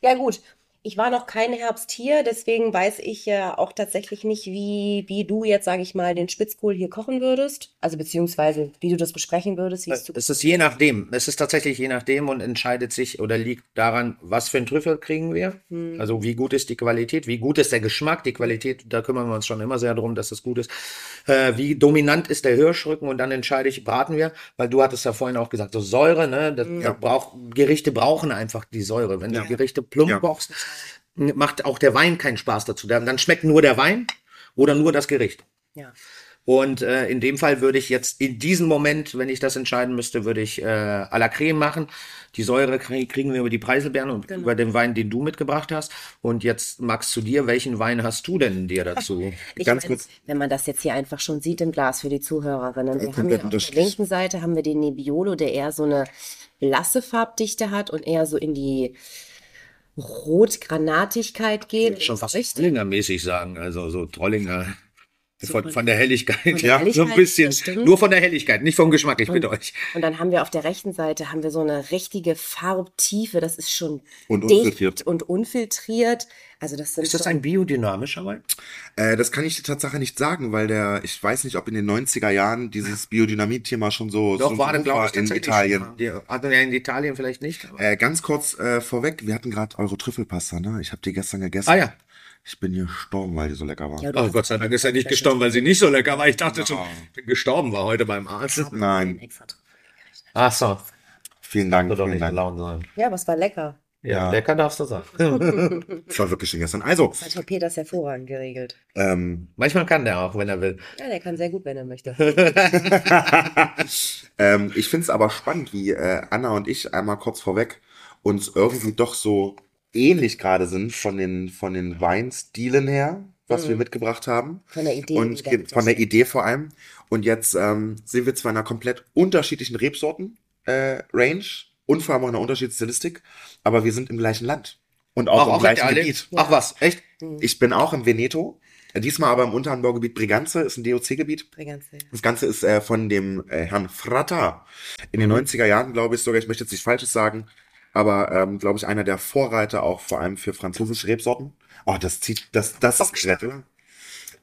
[SPEAKER 3] Ja, gut. Ich war noch kein Herbst hier, deswegen weiß ich ja auch tatsächlich nicht, wie, wie du jetzt, sage ich mal, den Spitzkohl hier kochen würdest. Also beziehungsweise, wie du das besprechen würdest, wie es zu
[SPEAKER 1] Äh, Es ist je nachdem. Es ist tatsächlich je nachdem und entscheidet sich oder liegt daran, was für einen Trüffel kriegen wir. Also wie gut ist die Qualität, wie gut ist der Geschmack, die Qualität, da kümmern wir uns schon immer sehr drum, dass das gut ist. Äh, wie dominant ist der Hirschrücken und dann entscheide ich, braten wir, weil du hattest ja vorhin auch gesagt, so Säure, ne? Das, das braucht, Gerichte brauchen einfach die Säure. Wenn du Gerichte plump
[SPEAKER 2] Ja.
[SPEAKER 1] kochst, macht auch der Wein keinen Spaß dazu. Dann dann schmeckt nur der Wein oder nur das Gericht.
[SPEAKER 3] Ja.
[SPEAKER 1] Und äh, in dem Fall würde ich jetzt in diesem Moment, wenn ich das entscheiden müsste, würde ich äh, à la Creme machen. Die Säure krie- kriegen wir über die Preiselbeeren und über den Wein, den du mitgebracht hast. Und jetzt, Max, zu dir, welchen Wein hast du denn dir dazu?
[SPEAKER 3] Ich
[SPEAKER 2] Ganz
[SPEAKER 3] meine,
[SPEAKER 2] kurz.
[SPEAKER 3] wenn man das jetzt hier einfach schon sieht im Glas für die Zuhörerinnen, wir haben
[SPEAKER 2] Äh, komplett
[SPEAKER 3] hier auf der
[SPEAKER 2] unterschiedlich.
[SPEAKER 3] linken Seite haben wir den Nebbiolo, der eher so eine blasse Farbdichte hat und eher so in die Rotgranatigkeit geht.
[SPEAKER 1] Schon fast
[SPEAKER 3] Richtig.
[SPEAKER 1] Trollinger-mäßig sagen, also so Trollinger. Von, von der Helligkeit,
[SPEAKER 3] der
[SPEAKER 1] ja, so ein
[SPEAKER 3] Helligkeit,
[SPEAKER 1] bisschen.
[SPEAKER 3] das stimmt.
[SPEAKER 1] Nur von der Helligkeit, nicht vom Geschmack, ich bitte euch.
[SPEAKER 3] Und dann haben wir auf der rechten Seite haben wir so eine richtige Farbtiefe, das ist schon
[SPEAKER 2] Und
[SPEAKER 3] dicht
[SPEAKER 2] unfiltriert.
[SPEAKER 3] und unfiltriert. Also das sind
[SPEAKER 1] Ist das
[SPEAKER 3] schon,
[SPEAKER 1] ein biodynamischer Wein?
[SPEAKER 2] Äh, das kann ich dir tatsächlich nicht sagen, weil der, ich weiß nicht, ob in den 90er Jahren dieses Biodynamit-Thema schon so,
[SPEAKER 1] Doch,
[SPEAKER 2] so
[SPEAKER 1] war der,
[SPEAKER 2] hoch
[SPEAKER 1] glaube ich,
[SPEAKER 2] in
[SPEAKER 1] tatsächlich.
[SPEAKER 2] Italien.
[SPEAKER 1] Die, also ja, in Italien vielleicht nicht. Aber.
[SPEAKER 2] Äh, ganz kurz äh, vorweg, wir hatten gerade eure Trüffelpasta, ne? Ich habe die gestern gegessen.
[SPEAKER 1] Ah ja.
[SPEAKER 2] Ich bin hier gestorben, weil die so lecker war.
[SPEAKER 3] Ja, du
[SPEAKER 1] Oh,
[SPEAKER 3] hast
[SPEAKER 1] Gott sei Dank ist er nicht gestorben, weil sie nicht so lecker war. Ich dachte schon, gestorben war heute beim Arzt.
[SPEAKER 2] Nein,
[SPEAKER 3] extra drauf.
[SPEAKER 1] Ach so.
[SPEAKER 2] Vielen Dank.
[SPEAKER 1] Soll doch
[SPEAKER 2] Vielen
[SPEAKER 1] nicht
[SPEAKER 2] Dank.
[SPEAKER 1] Laune sein.
[SPEAKER 3] Ja, aber es war lecker.
[SPEAKER 2] Ja.
[SPEAKER 1] Ja, lecker darfst du sein.
[SPEAKER 2] Das war wirklich schön gestern. Also,
[SPEAKER 3] Das hat Peter das hervorragend geregelt.
[SPEAKER 2] ähm,
[SPEAKER 1] Manchmal kann der auch, wenn er will.
[SPEAKER 3] Ja, der kann sehr gut, wenn er möchte.
[SPEAKER 2] ähm, ich finde es aber spannend, wie äh, Anna und ich einmal kurz vorweg uns irgendwie doch so ähnlich gerade sind von den, von den Weinstilen her, was
[SPEAKER 1] Mhm.
[SPEAKER 2] wir mitgebracht haben.
[SPEAKER 3] Von der Idee
[SPEAKER 2] Und
[SPEAKER 3] wieder.
[SPEAKER 2] ge- von der Idee vor allem. Und jetzt ähm, sind wir zwar in einer komplett unterschiedlichen Rebsorten-Range und vor allem auch in einer unterschiedlichen Stilistik, aber wir sind im gleichen Land und auch im
[SPEAKER 1] in
[SPEAKER 2] gleichen
[SPEAKER 1] der Allee?
[SPEAKER 2] Gebiet.
[SPEAKER 1] Ach was, echt?
[SPEAKER 2] Ich bin auch im Veneto, diesmal aber im unteren Baugebiet Briganze, ist ein DOC-Gebiet.
[SPEAKER 3] Ganz sehr.
[SPEAKER 2] Das Ganze ist äh, von dem äh, Herrn Fratta in den 90er Jahren, glaube ich sogar, ich möchte jetzt nichts Falsches sagen, aber ähm, glaube ich einer der Vorreiter auch vor allem für französische Rebsorten. Oh, das zieht, das, das ist gerät, oder?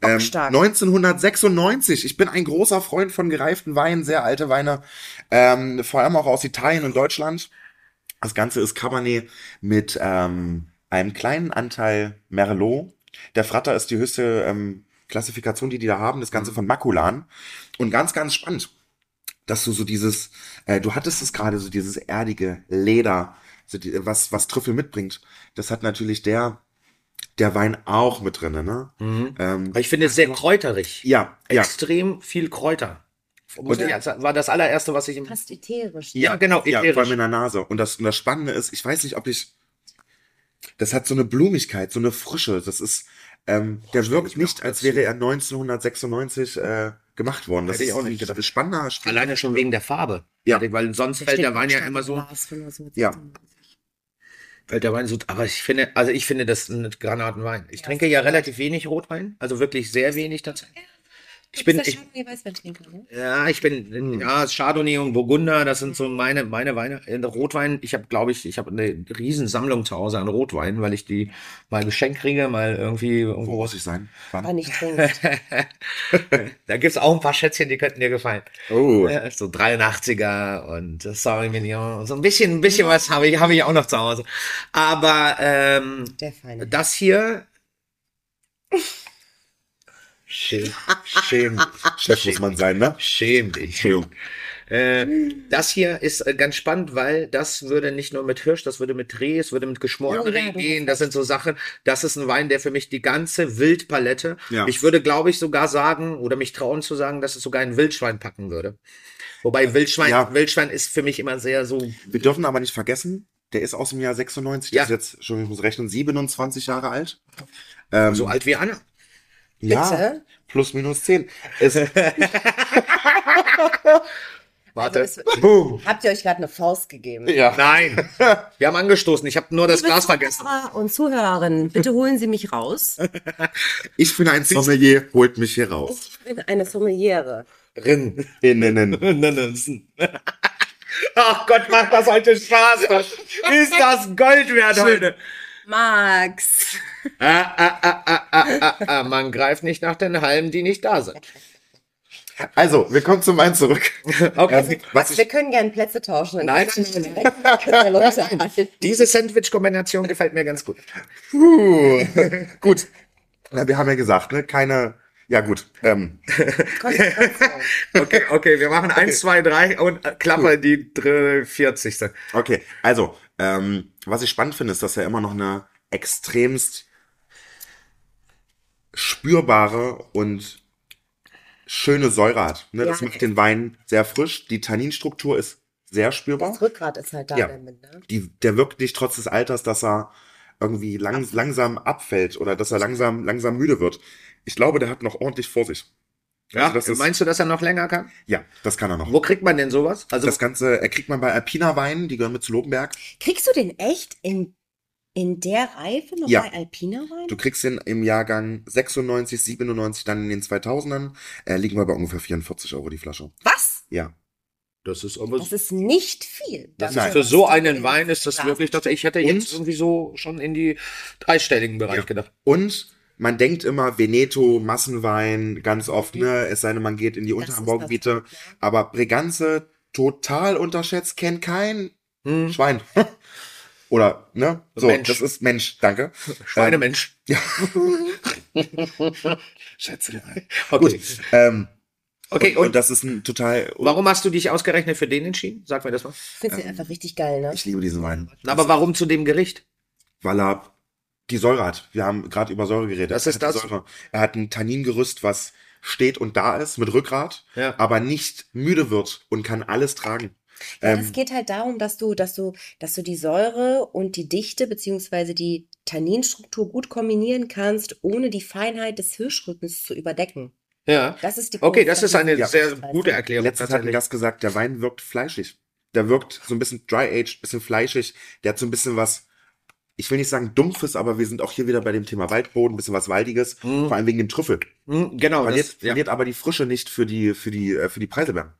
[SPEAKER 2] Ähm,
[SPEAKER 3] Bockstark.
[SPEAKER 2] 1996. Ich bin ein großer Freund von gereiften Weinen, sehr alte Weine, ähm, vor allem auch aus Italien und Deutschland. Das Ganze ist Cabernet mit ähm, einem kleinen Anteil Merlot. Der Fratter ist die höchste ähm, Klassifikation, die die da haben. Das Ganze von Makulan. Und ganz, ganz spannend, dass du so dieses, äh, du hattest es gerade so dieses erdige Leder, so die, was, was Trüffel mitbringt. Das hat natürlich der, der Wein auch mit drinne, ne? Ähm,
[SPEAKER 1] Aber ich finde es sehr kräuterig.
[SPEAKER 2] ja, ja.
[SPEAKER 1] Extrem viel Kräuter. Muss
[SPEAKER 2] Und-
[SPEAKER 1] ich, das war das allererste, was ich im.
[SPEAKER 3] Fast ätherisch. ne?
[SPEAKER 1] Ja, genau,
[SPEAKER 2] Ja, vor allem in
[SPEAKER 1] ätherisch.
[SPEAKER 2] der Nase. Und das, und das Spannende ist, ich weiß nicht, ob ich. Das hat so eine Blumigkeit, so eine Frische. Das ist. Ähm, der wirkt nicht, als wäre er 1996 äh, gemacht worden. Das
[SPEAKER 1] Hätte ich
[SPEAKER 2] ist
[SPEAKER 1] auch nicht gedacht.
[SPEAKER 2] ein spannender Spiel.
[SPEAKER 1] Alleine schon wegen der Farbe.
[SPEAKER 2] Ja.
[SPEAKER 1] Weil sonst
[SPEAKER 3] Der
[SPEAKER 1] fällt
[SPEAKER 3] steht
[SPEAKER 1] der Wein ja
[SPEAKER 3] stark
[SPEAKER 1] immer so.
[SPEAKER 3] im Glas, 25.
[SPEAKER 2] Ja.
[SPEAKER 1] Fällt der Wein so, aber ich finde, also ich finde das ist ein Granatenwein. Ich trinke ja relativ wenig Rotwein, also wirklich sehr wenig tatsächlich. Ich bin,
[SPEAKER 3] Ist der
[SPEAKER 1] ich,
[SPEAKER 3] Chardonnay Weißweintrinker, ne?
[SPEAKER 1] ja, ich bin, ja, Chardonnay und Burgunder, das sind so meine, meine Weine. Äh, Rotwein, ich habe, glaube ich, ich habe eine Riesensammlung zu Hause an Rotwein, weil ich die mal geschenkt kriege, mal irgendwie
[SPEAKER 2] Wo
[SPEAKER 1] irgendwo.
[SPEAKER 2] Oh, muss ich sein?
[SPEAKER 3] Aber
[SPEAKER 2] Wann?
[SPEAKER 3] nicht trinkt.
[SPEAKER 1] Da gibt's auch ein paar Schätzchen, die könnten dir gefallen.
[SPEAKER 2] Oh.
[SPEAKER 1] Ja, so 83er und Sauvignon und so ein bisschen, ein bisschen was habe ich, habe ich auch noch zu Hause. Aber ähm,
[SPEAKER 3] Der Feine.
[SPEAKER 1] das hier. Schäm,
[SPEAKER 2] Schäm. Chef muss man sein, ne?
[SPEAKER 1] schäm dich.
[SPEAKER 2] Jo.
[SPEAKER 1] Äh, das hier ist äh, ganz spannend, weil das würde nicht nur mit Hirsch, das würde mit Reh, es würde mit geschmorten
[SPEAKER 3] Ja, ja,
[SPEAKER 1] Reh
[SPEAKER 3] du
[SPEAKER 1] gehen.
[SPEAKER 3] hast
[SPEAKER 1] Das sind so Sachen. Das ist ein Wein, der für mich die ganze Wildpalette.
[SPEAKER 2] Ja.
[SPEAKER 1] Ich würde, glaube ich, sogar sagen oder mich trauen zu sagen, dass es sogar ein Wildschwein packen würde. Wobei Wildschwein,
[SPEAKER 2] Ja.
[SPEAKER 1] Wildschwein ist für mich immer sehr so.
[SPEAKER 2] Wir dürfen aber nicht vergessen, der ist aus dem Jahr 96.
[SPEAKER 1] Ja.
[SPEAKER 2] Das ist jetzt, schon, ich muss rechnen, 27 Jahre alt. Ähm,
[SPEAKER 1] So alt wie Anna.
[SPEAKER 2] ja,
[SPEAKER 3] Bitte?
[SPEAKER 2] plus minus 10. Ist,
[SPEAKER 1] Warte.
[SPEAKER 3] Also es,
[SPEAKER 2] boom.
[SPEAKER 3] habt ihr euch gerade eine Faust gegeben?
[SPEAKER 2] Ja.
[SPEAKER 1] Nein. Wir haben angestoßen. Ich habe nur das
[SPEAKER 3] Liebe
[SPEAKER 1] Glas vergessen.
[SPEAKER 3] Zuhörer und Zuhörerinnen, bitte holen Sie mich raus.
[SPEAKER 2] Ich bin ein Sommelier, holt mich hier raus.
[SPEAKER 3] Ich bin eine Sommeliere.
[SPEAKER 1] Rin.
[SPEAKER 2] Innen.
[SPEAKER 1] Ach Gott, macht das heute Spaß. Ist das Gold wert heute?
[SPEAKER 3] Max.
[SPEAKER 1] Ah, ah, ah, ah, ah, ah, ah. Man greift nicht nach den Halmen, die nicht da sind.
[SPEAKER 2] Also, wir kommen zum Wein zurück.
[SPEAKER 1] Also-
[SPEAKER 2] Ähm, was ich,
[SPEAKER 3] Wir können gerne Plätze tauschen. Dann
[SPEAKER 1] Nein.
[SPEAKER 3] quatschen wir direkt. Dann können wir Leute an.
[SPEAKER 1] Diese Sandwich-Kombination gefällt mir ganz gut.
[SPEAKER 2] puh, gut. Na, wir haben ja gesagt, ne, keine, ja gut, ähm,
[SPEAKER 1] Okay, okay, wir machen 1, 2, 3 und äh, Klappe die 40.
[SPEAKER 2] okay. Also, ähm, was ich spannend finde, ist, dass er immer noch eine extremst spürbare und schöne Säure hat. Ne? Das
[SPEAKER 3] Ja.
[SPEAKER 2] macht den Wein sehr frisch. Die Tanninstruktur ist sehr spürbar.
[SPEAKER 3] Das Rückgrat ist halt da
[SPEAKER 2] Ja.
[SPEAKER 3] damit, ne?
[SPEAKER 2] die, der wirkt nicht trotz des Alters, dass er irgendwie lang, langsam abfällt oder dass er langsam, langsam müde wird. Ich glaube, der hat noch ordentlich vor sich.
[SPEAKER 1] Ja,
[SPEAKER 2] Also das ist-
[SPEAKER 1] meinst du, dass er noch länger kann?
[SPEAKER 2] Ja, das kann er noch.
[SPEAKER 1] Wo kriegt man denn sowas? Also,
[SPEAKER 2] Das Ganze äh, kriegt man bei Alpina Weinen, die gehören mit zu Lobenberg.
[SPEAKER 3] Kriegst du den echt in, in der Reife noch
[SPEAKER 2] Ja.
[SPEAKER 3] bei Alpina rein?
[SPEAKER 2] Du kriegst den im Jahrgang 96, 97, dann in den 2000ern. Äh, liegen wir bei ungefähr 44 Euro die Flasche.
[SPEAKER 3] Was?
[SPEAKER 2] Ja.
[SPEAKER 1] das ist aber
[SPEAKER 3] Das ist nicht viel.
[SPEAKER 1] Das ist
[SPEAKER 2] Nein.
[SPEAKER 1] für so einen Wein ist das
[SPEAKER 3] Ja.
[SPEAKER 1] wirklich tatsächlich. Ich hätte jetzt irgendwie so schon in die dreistelligen Bereich gedacht.
[SPEAKER 2] Und man denkt immer, Veneto, Massenwein, ganz oft, ne? Es sei denn, man geht in die
[SPEAKER 3] ist
[SPEAKER 2] unteren Baugebiete. Aber Breganze, total unterschätzt, kennt kein
[SPEAKER 1] Hm,
[SPEAKER 2] Schwein. Oder, ne? So,
[SPEAKER 1] Mensch.
[SPEAKER 2] das ist Mensch, danke.
[SPEAKER 1] äh, Schweinemensch.
[SPEAKER 2] Ähm, Schätze.
[SPEAKER 1] Okay.
[SPEAKER 2] Ähm,
[SPEAKER 1] Okay,
[SPEAKER 2] Und,
[SPEAKER 1] und-
[SPEAKER 2] und das ist ein total.
[SPEAKER 1] Warum hast du dich ausgerechnet für den entschieden? Sag mir das mal.
[SPEAKER 3] Findest du einfach richtig geil, ne?
[SPEAKER 2] Ich liebe diesen Wein.
[SPEAKER 1] Na, aber warum zu dem Gericht?
[SPEAKER 2] weil er die Säure hat. Wir haben gerade über Säure geredet.
[SPEAKER 1] Das
[SPEAKER 2] Er
[SPEAKER 1] ist
[SPEAKER 2] hat
[SPEAKER 1] das.
[SPEAKER 2] Säure. Er hat ein Tanningerüst, was steht und da ist mit Rückgrat,
[SPEAKER 1] Ja.
[SPEAKER 2] aber nicht müde wird und kann alles tragen.
[SPEAKER 3] Ja,
[SPEAKER 2] Ähm,
[SPEAKER 3] es geht halt darum, dass du, dass du, dass du die Säure und die Dichte beziehungsweise die Tanninstruktur gut kombinieren kannst, ohne die Feinheit des Hirschrückens zu überdecken.
[SPEAKER 1] Ja.
[SPEAKER 3] Das ist die
[SPEAKER 1] Okay,
[SPEAKER 3] Kunst
[SPEAKER 1] das ist
[SPEAKER 3] an
[SPEAKER 1] eine
[SPEAKER 3] diesem
[SPEAKER 1] sehr
[SPEAKER 3] Prozess.
[SPEAKER 1] gute Erklärung.
[SPEAKER 2] Letztens hat ein
[SPEAKER 1] tatsächlich.
[SPEAKER 2] Gast gesagt, der Wein wirkt fleischig. Der wirkt so ein bisschen dry-aged, bisschen fleischig. Der hat so ein bisschen was, ich will nicht sagen dumpfes, aber wir sind auch hier wieder bei dem Thema Waldboden, ein bisschen was Waldiges, vor allem wegen dem Trüffel.
[SPEAKER 1] Hm, genau.
[SPEAKER 2] Verliert,
[SPEAKER 1] Mhm. Das, ja.
[SPEAKER 2] verliert aber die Frische nicht für die, für die, äh, für die Preiselbeeren.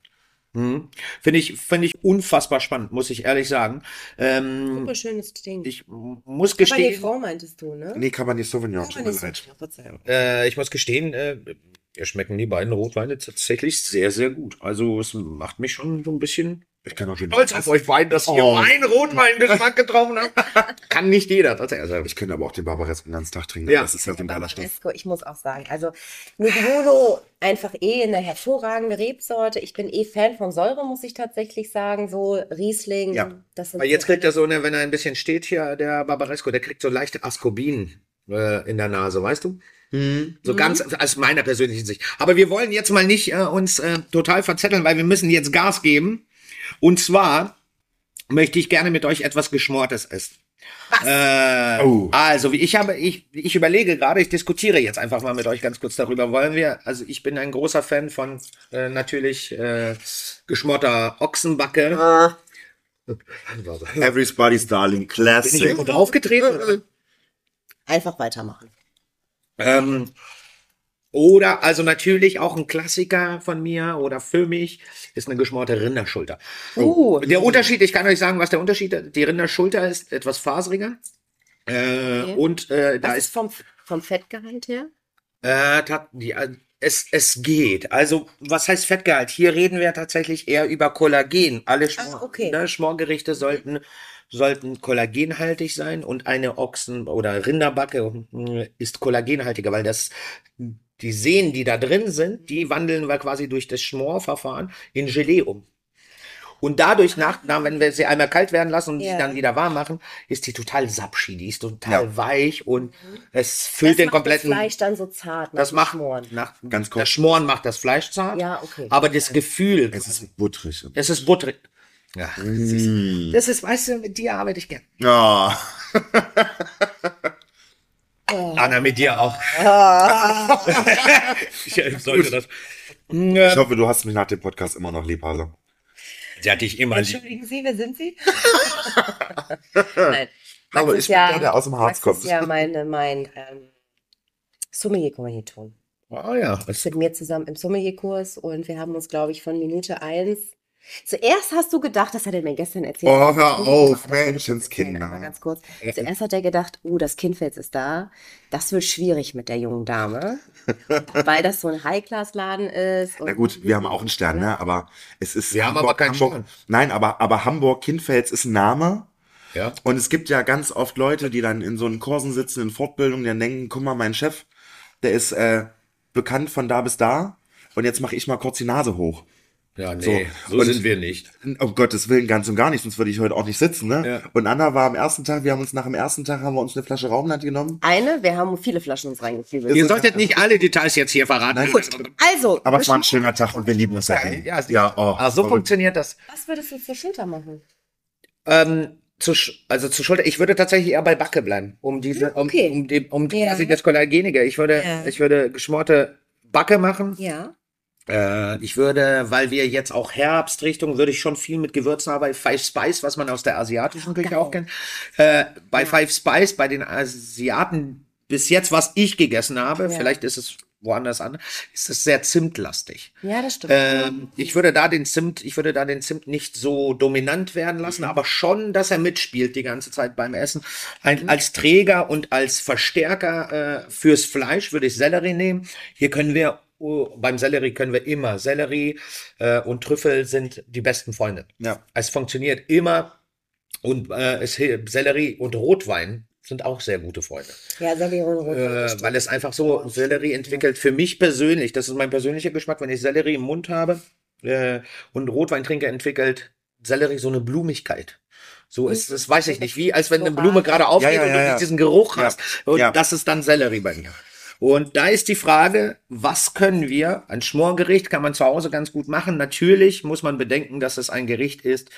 [SPEAKER 1] hm. Finde ich, finde ich unfassbar spannend, muss ich ehrlich sagen. Ähm,
[SPEAKER 3] Super schönes Ding.
[SPEAKER 1] ich muss
[SPEAKER 3] Aber die
[SPEAKER 1] gestehen.
[SPEAKER 3] Frau meintest du, ne?
[SPEAKER 2] Nee, Cabernet Sauvignon, tut mir
[SPEAKER 3] Cabernet
[SPEAKER 2] leid.
[SPEAKER 3] Sauvignon, Verzeihung.
[SPEAKER 1] Äh, ich muss gestehen, äh, mir schmecken die beiden Rotweine tatsächlich sehr, sehr gut. Also es macht mich schon so ein bisschen
[SPEAKER 2] Ich kann auch den
[SPEAKER 1] stolz auf euch beiden, dass ihr
[SPEAKER 2] Oh.
[SPEAKER 1] meinen Rotweingeschmack getroffen habt. Kann nicht jeder. Tatsächlich. Also,
[SPEAKER 2] Ich könnte aber auch den Barbaresco Landstag trinken.
[SPEAKER 1] Ja.
[SPEAKER 2] Das ist ja so ein geiler Stoff.
[SPEAKER 3] Barbaresco, ich muss auch sagen, also Nebbiolo einfach eh eine hervorragende Rebsorte. Ich bin eh Fan von Säure, muss ich tatsächlich sagen. So Riesling,
[SPEAKER 2] Ja.
[SPEAKER 3] das sind
[SPEAKER 1] Weil jetzt
[SPEAKER 3] so-
[SPEAKER 1] kriegt er so, eine, wenn er ein bisschen steht hier, der Barbaresco, der kriegt so leichte Ascorbin äh, in der Nase, weißt du? So ganz aus meiner persönlichen Sicht. Aber wir wollen jetzt mal nicht äh, uns äh, total verzetteln, weil wir müssen jetzt Gas geben. Und zwar möchte ich gerne mit euch etwas Geschmortes essen. Äh,
[SPEAKER 2] Oh.
[SPEAKER 1] Also, wie- ich habe, ich, ich überlege gerade, ich diskutiere jetzt einfach mal mit euch ganz kurz darüber. Wollen wir, also ich bin ein großer Fan von äh, natürlich äh, geschmorter Ochsenbacke.
[SPEAKER 2] Everybody's Darling
[SPEAKER 1] Bin ich
[SPEAKER 2] Classic.
[SPEAKER 1] irgendwo draufgetreten?
[SPEAKER 3] einfach weitermachen.
[SPEAKER 1] Ähm, oder also natürlich auch ein Klassiker von mir oder für mich ist eine geschmorte Rinderschulter.
[SPEAKER 3] Uh,
[SPEAKER 1] Der Unterschied, ich kann euch sagen, was der Unterschied ist. Die Rinderschulter ist etwas faseriger. Äh,
[SPEAKER 3] Okay.
[SPEAKER 1] Und äh, da
[SPEAKER 3] was
[SPEAKER 1] ist
[SPEAKER 3] ist vom, vom Fettgehalt her?
[SPEAKER 1] äh, tat- die, äh, es, es geht. Also, was heißt Fettgehalt? Hier reden wir tatsächlich eher über Kollagen. Alle Schmor,
[SPEAKER 3] Ah, okay. Mhm.
[SPEAKER 1] ne, Schmorgerichte sollten, sollten kollagenhaltig sein und eine Ochsen- oder Rinderbacke mh, ist kollagenhaltiger, weil das, die Sehnen, die da drin sind,
[SPEAKER 3] Mhm.
[SPEAKER 1] die wandeln wir quasi durch das Schmorverfahren in Gelee um. Und dadurch, nach, na, wenn wir sie einmal kalt werden lassen und sie
[SPEAKER 3] Ah. Ja.
[SPEAKER 1] dann wieder warm machen, ist die total sapschig, die ist total
[SPEAKER 2] Ja.
[SPEAKER 1] weich und es füllt
[SPEAKER 3] Mhm. Das
[SPEAKER 1] den
[SPEAKER 3] macht
[SPEAKER 1] kompletten.
[SPEAKER 3] das Fleisch dann so zart.
[SPEAKER 1] Das macht
[SPEAKER 3] Schmoren.
[SPEAKER 1] Nach,
[SPEAKER 2] Ganz kurz.
[SPEAKER 1] Das Schmoren macht das Fleisch zart.
[SPEAKER 3] Ja, okay.
[SPEAKER 1] Aber das Gefühl,
[SPEAKER 2] Es ist buttrig.
[SPEAKER 1] es ist butterig. Ja, Mm. das, ist, das ist, weißt du, mit dir arbeite ich gern.
[SPEAKER 2] Ja.
[SPEAKER 1] Anna, Ah, mit dir auch. Ah. ich äh, sollte das.
[SPEAKER 2] Ich hoffe, du hast mich nach dem Podcast immer noch lieb, Hase.
[SPEAKER 1] Sie hat dich immer lieb.
[SPEAKER 3] Entschuldigen Sie, wer sind Sie? Nein. Max
[SPEAKER 2] Aber
[SPEAKER 3] ist
[SPEAKER 2] ich bin der, der aus dem Harz
[SPEAKER 3] Max
[SPEAKER 2] kommt.
[SPEAKER 3] ist ja meine, mein ähm, Sommelier-Kommiliton.
[SPEAKER 1] Oh ja.
[SPEAKER 3] Ist mit mir zusammen im Sommelier-Kurs und wir haben uns, glaube ich, von Minute eins. Zuerst hast du gedacht, das hat er mir gestern erzählt.
[SPEAKER 2] Oh, hör auf,
[SPEAKER 3] Erzählen, einmal
[SPEAKER 2] Menschenskinder.
[SPEAKER 3] ganz kurz.
[SPEAKER 2] Mhm.
[SPEAKER 3] Zuerst hat er gedacht, oh, das Kindfels ist da. Das wird schwierig mit der jungen Dame, weil das so ein High-Class-Laden ist.
[SPEAKER 2] Na
[SPEAKER 3] und-
[SPEAKER 2] gut, wir haben auch einen Stern, ne? Aber es ist.
[SPEAKER 1] Wir haben aber keinen
[SPEAKER 2] Hamburg.
[SPEAKER 1] Stern.
[SPEAKER 2] Nein, aber, aber Hamburg-Kinfels ist ein Name.
[SPEAKER 1] ja.
[SPEAKER 2] Und es gibt ja ganz oft Leute, die dann in so einen Kursen sitzen, in Fortbildung, die dann denken, guck mal, mein Chef, der ist äh, bekannt von da bis da. Und jetzt mache ich mal kurz die Nase hoch.
[SPEAKER 1] Ja, nee,
[SPEAKER 2] So.
[SPEAKER 1] so,
[SPEAKER 2] Und-
[SPEAKER 1] sind wir nicht.
[SPEAKER 2] Um Gottes Willen, ganz und gar nicht, sonst würde ich heute auch nicht sitzen, ne?
[SPEAKER 1] Ja.
[SPEAKER 2] Und Anna war am ersten Tag, wir haben uns nach dem ersten Tag, haben wir uns eine Flasche Raumland genommen.
[SPEAKER 3] Eine, wir haben viele Flaschen uns reingeflügelt.
[SPEAKER 1] Ihr solltet nicht alle Details jetzt hier verraten.
[SPEAKER 3] Also,
[SPEAKER 2] Aber es war ein schöner Tag und wir lieben uns ja.
[SPEAKER 1] Ja, es-
[SPEAKER 2] ja oh,
[SPEAKER 1] Ah, so
[SPEAKER 2] verrückt.
[SPEAKER 1] funktioniert das.
[SPEAKER 3] was würdest du für Schulter machen?
[SPEAKER 1] Ähm, zu, Sch- also zu Schulter, ich würde tatsächlich eher bei Backe bleiben, um diese, um,
[SPEAKER 3] okay.
[SPEAKER 1] um, dem, um
[SPEAKER 3] Ja.
[SPEAKER 1] quasi das Kollagenige. Ich würde,
[SPEAKER 3] Ja.
[SPEAKER 1] ich würde geschmorte Backe machen.
[SPEAKER 3] Ja.
[SPEAKER 1] Äh, ich würde, weil wir jetzt auch Herbstrichtung, würde ich schon viel mit Gewürzen arbeiten. Five Spice, was man aus der asiatischen Küche auch kennt. Äh, bei Five Spice, bei den Asiaten, bis jetzt, was ich gegessen habe, vielleicht ist es woanders anders, ist es sehr zimtlastig.
[SPEAKER 3] Ja, das stimmt.
[SPEAKER 2] Äh,
[SPEAKER 1] Ähm, ich würde da den Zimt, ich würde da den Zimt nicht so dominant werden lassen, aber schon, dass er mitspielt die ganze Zeit beim Essen. Ein, als Träger und als Verstärker äh, fürs Fleisch würde ich Sellerie nehmen. Hier können wir oh, beim Sellerie können wir immer Sellerie äh, und Trüffel sind die besten Freunde.
[SPEAKER 2] Ja.
[SPEAKER 1] Es funktioniert immer und äh, es, hil- Sellerie und Rotwein sind auch sehr gute Freunde.
[SPEAKER 3] Ja, Sellerie und Rotkohl.
[SPEAKER 1] Äh,
[SPEAKER 3] das
[SPEAKER 1] weil
[SPEAKER 3] stimmt.
[SPEAKER 1] es einfach so Sellerie entwickelt. Für mich persönlich, das ist mein persönlicher Geschmack, wenn ich Sellerie im Mund habe äh, und Rotwein trinke, entwickelt Sellerie so eine Blumigkeit. So ist es, weiß ich nicht, wie als wenn eine
[SPEAKER 3] So
[SPEAKER 1] Blume
[SPEAKER 3] warm.
[SPEAKER 1] gerade aufgeht
[SPEAKER 2] Mhm. Ja, ja,
[SPEAKER 1] und
[SPEAKER 2] ja,
[SPEAKER 1] du
[SPEAKER 2] ja.
[SPEAKER 1] diesen Geruch
[SPEAKER 2] Ja.
[SPEAKER 1] hast. Und
[SPEAKER 2] Ja.
[SPEAKER 1] das ist dann Sellerie bei mir. Und da ist die Frage, was können wir? Ein Schmorgericht kann man zu Hause ganz gut machen. Natürlich muss man bedenken, dass es ein Gericht ist,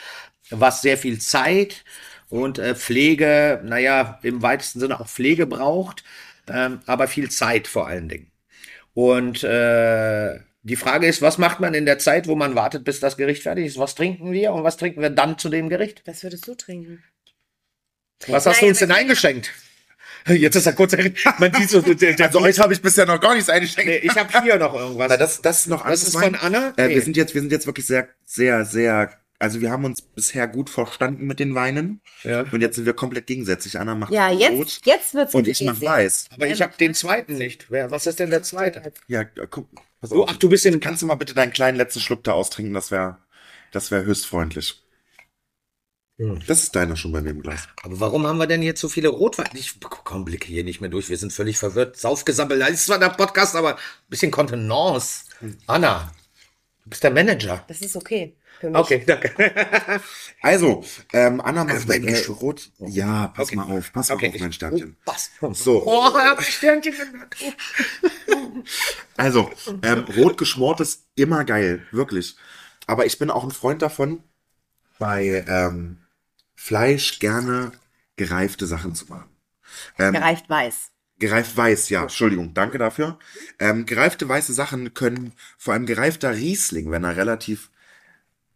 [SPEAKER 1] was sehr viel Zeit und äh, Pflege, naja, im weitesten Sinne auch Pflege braucht, ähm, aber viel Zeit vor allen Dingen. Und äh, die Frage ist, was macht man in der Zeit, wo man wartet, bis das Gericht fertig ist? Was trinken wir und was trinken wir dann zu dem Gericht?
[SPEAKER 3] Was würdest du trinken?
[SPEAKER 1] Was hast du
[SPEAKER 3] Nein,
[SPEAKER 1] uns denn
[SPEAKER 3] aber-
[SPEAKER 1] eingeschenkt? Jetzt ist er kurz. Man sieht so, der, der,
[SPEAKER 2] Also euch habe ich bisher noch gar nichts eingeschenkt.
[SPEAKER 1] Nee, ich habe hier noch irgendwas.
[SPEAKER 2] Na, das, das ist noch
[SPEAKER 1] das
[SPEAKER 2] anderes
[SPEAKER 1] ist von
[SPEAKER 2] Wein.
[SPEAKER 1] Anna.
[SPEAKER 2] Äh,
[SPEAKER 1] Nee.
[SPEAKER 2] wir, sind jetzt, wir sind jetzt wirklich sehr, sehr, sehr. Also wir haben uns bisher gut verstanden mit den Weinen.
[SPEAKER 1] Ja.
[SPEAKER 2] Und jetzt sind wir komplett gegensätzlich. Anna macht
[SPEAKER 3] Ja,
[SPEAKER 2] rot
[SPEAKER 3] jetzt, jetzt wird's
[SPEAKER 2] und ich mach
[SPEAKER 3] crazy.
[SPEAKER 2] weiß.
[SPEAKER 1] Aber ich habe den zweiten nicht. Wer, was ist denn der zweite?
[SPEAKER 2] Ja, äh, guck, pass
[SPEAKER 1] Du,
[SPEAKER 2] auf.
[SPEAKER 1] Oh, ach, du bist in.
[SPEAKER 2] Kannst du mal bitte deinen kleinen letzten Schluck da austrinken? Das wäre das wär höchst freundlich.
[SPEAKER 1] Hm.
[SPEAKER 2] Das ist deiner schon bei mir im Glas.
[SPEAKER 1] Aber warum haben wir denn jetzt so viele Rotwein? Ich komm, blicke hier nicht mehr durch. Wir sind völlig verwirrt. Saufgesammelt. Das ist zwar der Podcast, aber ein bisschen Kontenance. Anna, du bist der Manager.
[SPEAKER 3] Das ist okay für mich.
[SPEAKER 1] Okay, danke.
[SPEAKER 2] Also, ähm, Anna macht
[SPEAKER 1] wenn
[SPEAKER 2] äh,
[SPEAKER 1] ich-
[SPEAKER 2] rot. Ja, pass
[SPEAKER 1] Okay.
[SPEAKER 2] mal auf. Pass
[SPEAKER 1] Okay,
[SPEAKER 2] mal auf,
[SPEAKER 1] ich-
[SPEAKER 2] mein Sternchen.
[SPEAKER 1] Oh, was?
[SPEAKER 2] So.
[SPEAKER 1] Oh, er hat ein Sternchen genannt.
[SPEAKER 2] Also, ähm, rot geschmort ist immer geil, wirklich. Aber ich bin auch ein Freund davon, bei ähm, Fleisch gerne gereifte Sachen zu machen. Ähm,
[SPEAKER 3] Gereift weiß.
[SPEAKER 2] Gereift weiß, ja, Entschuldigung, danke dafür. Ähm, gereifte weiße Sachen können, vor allem gereifter Riesling, wenn er relativ.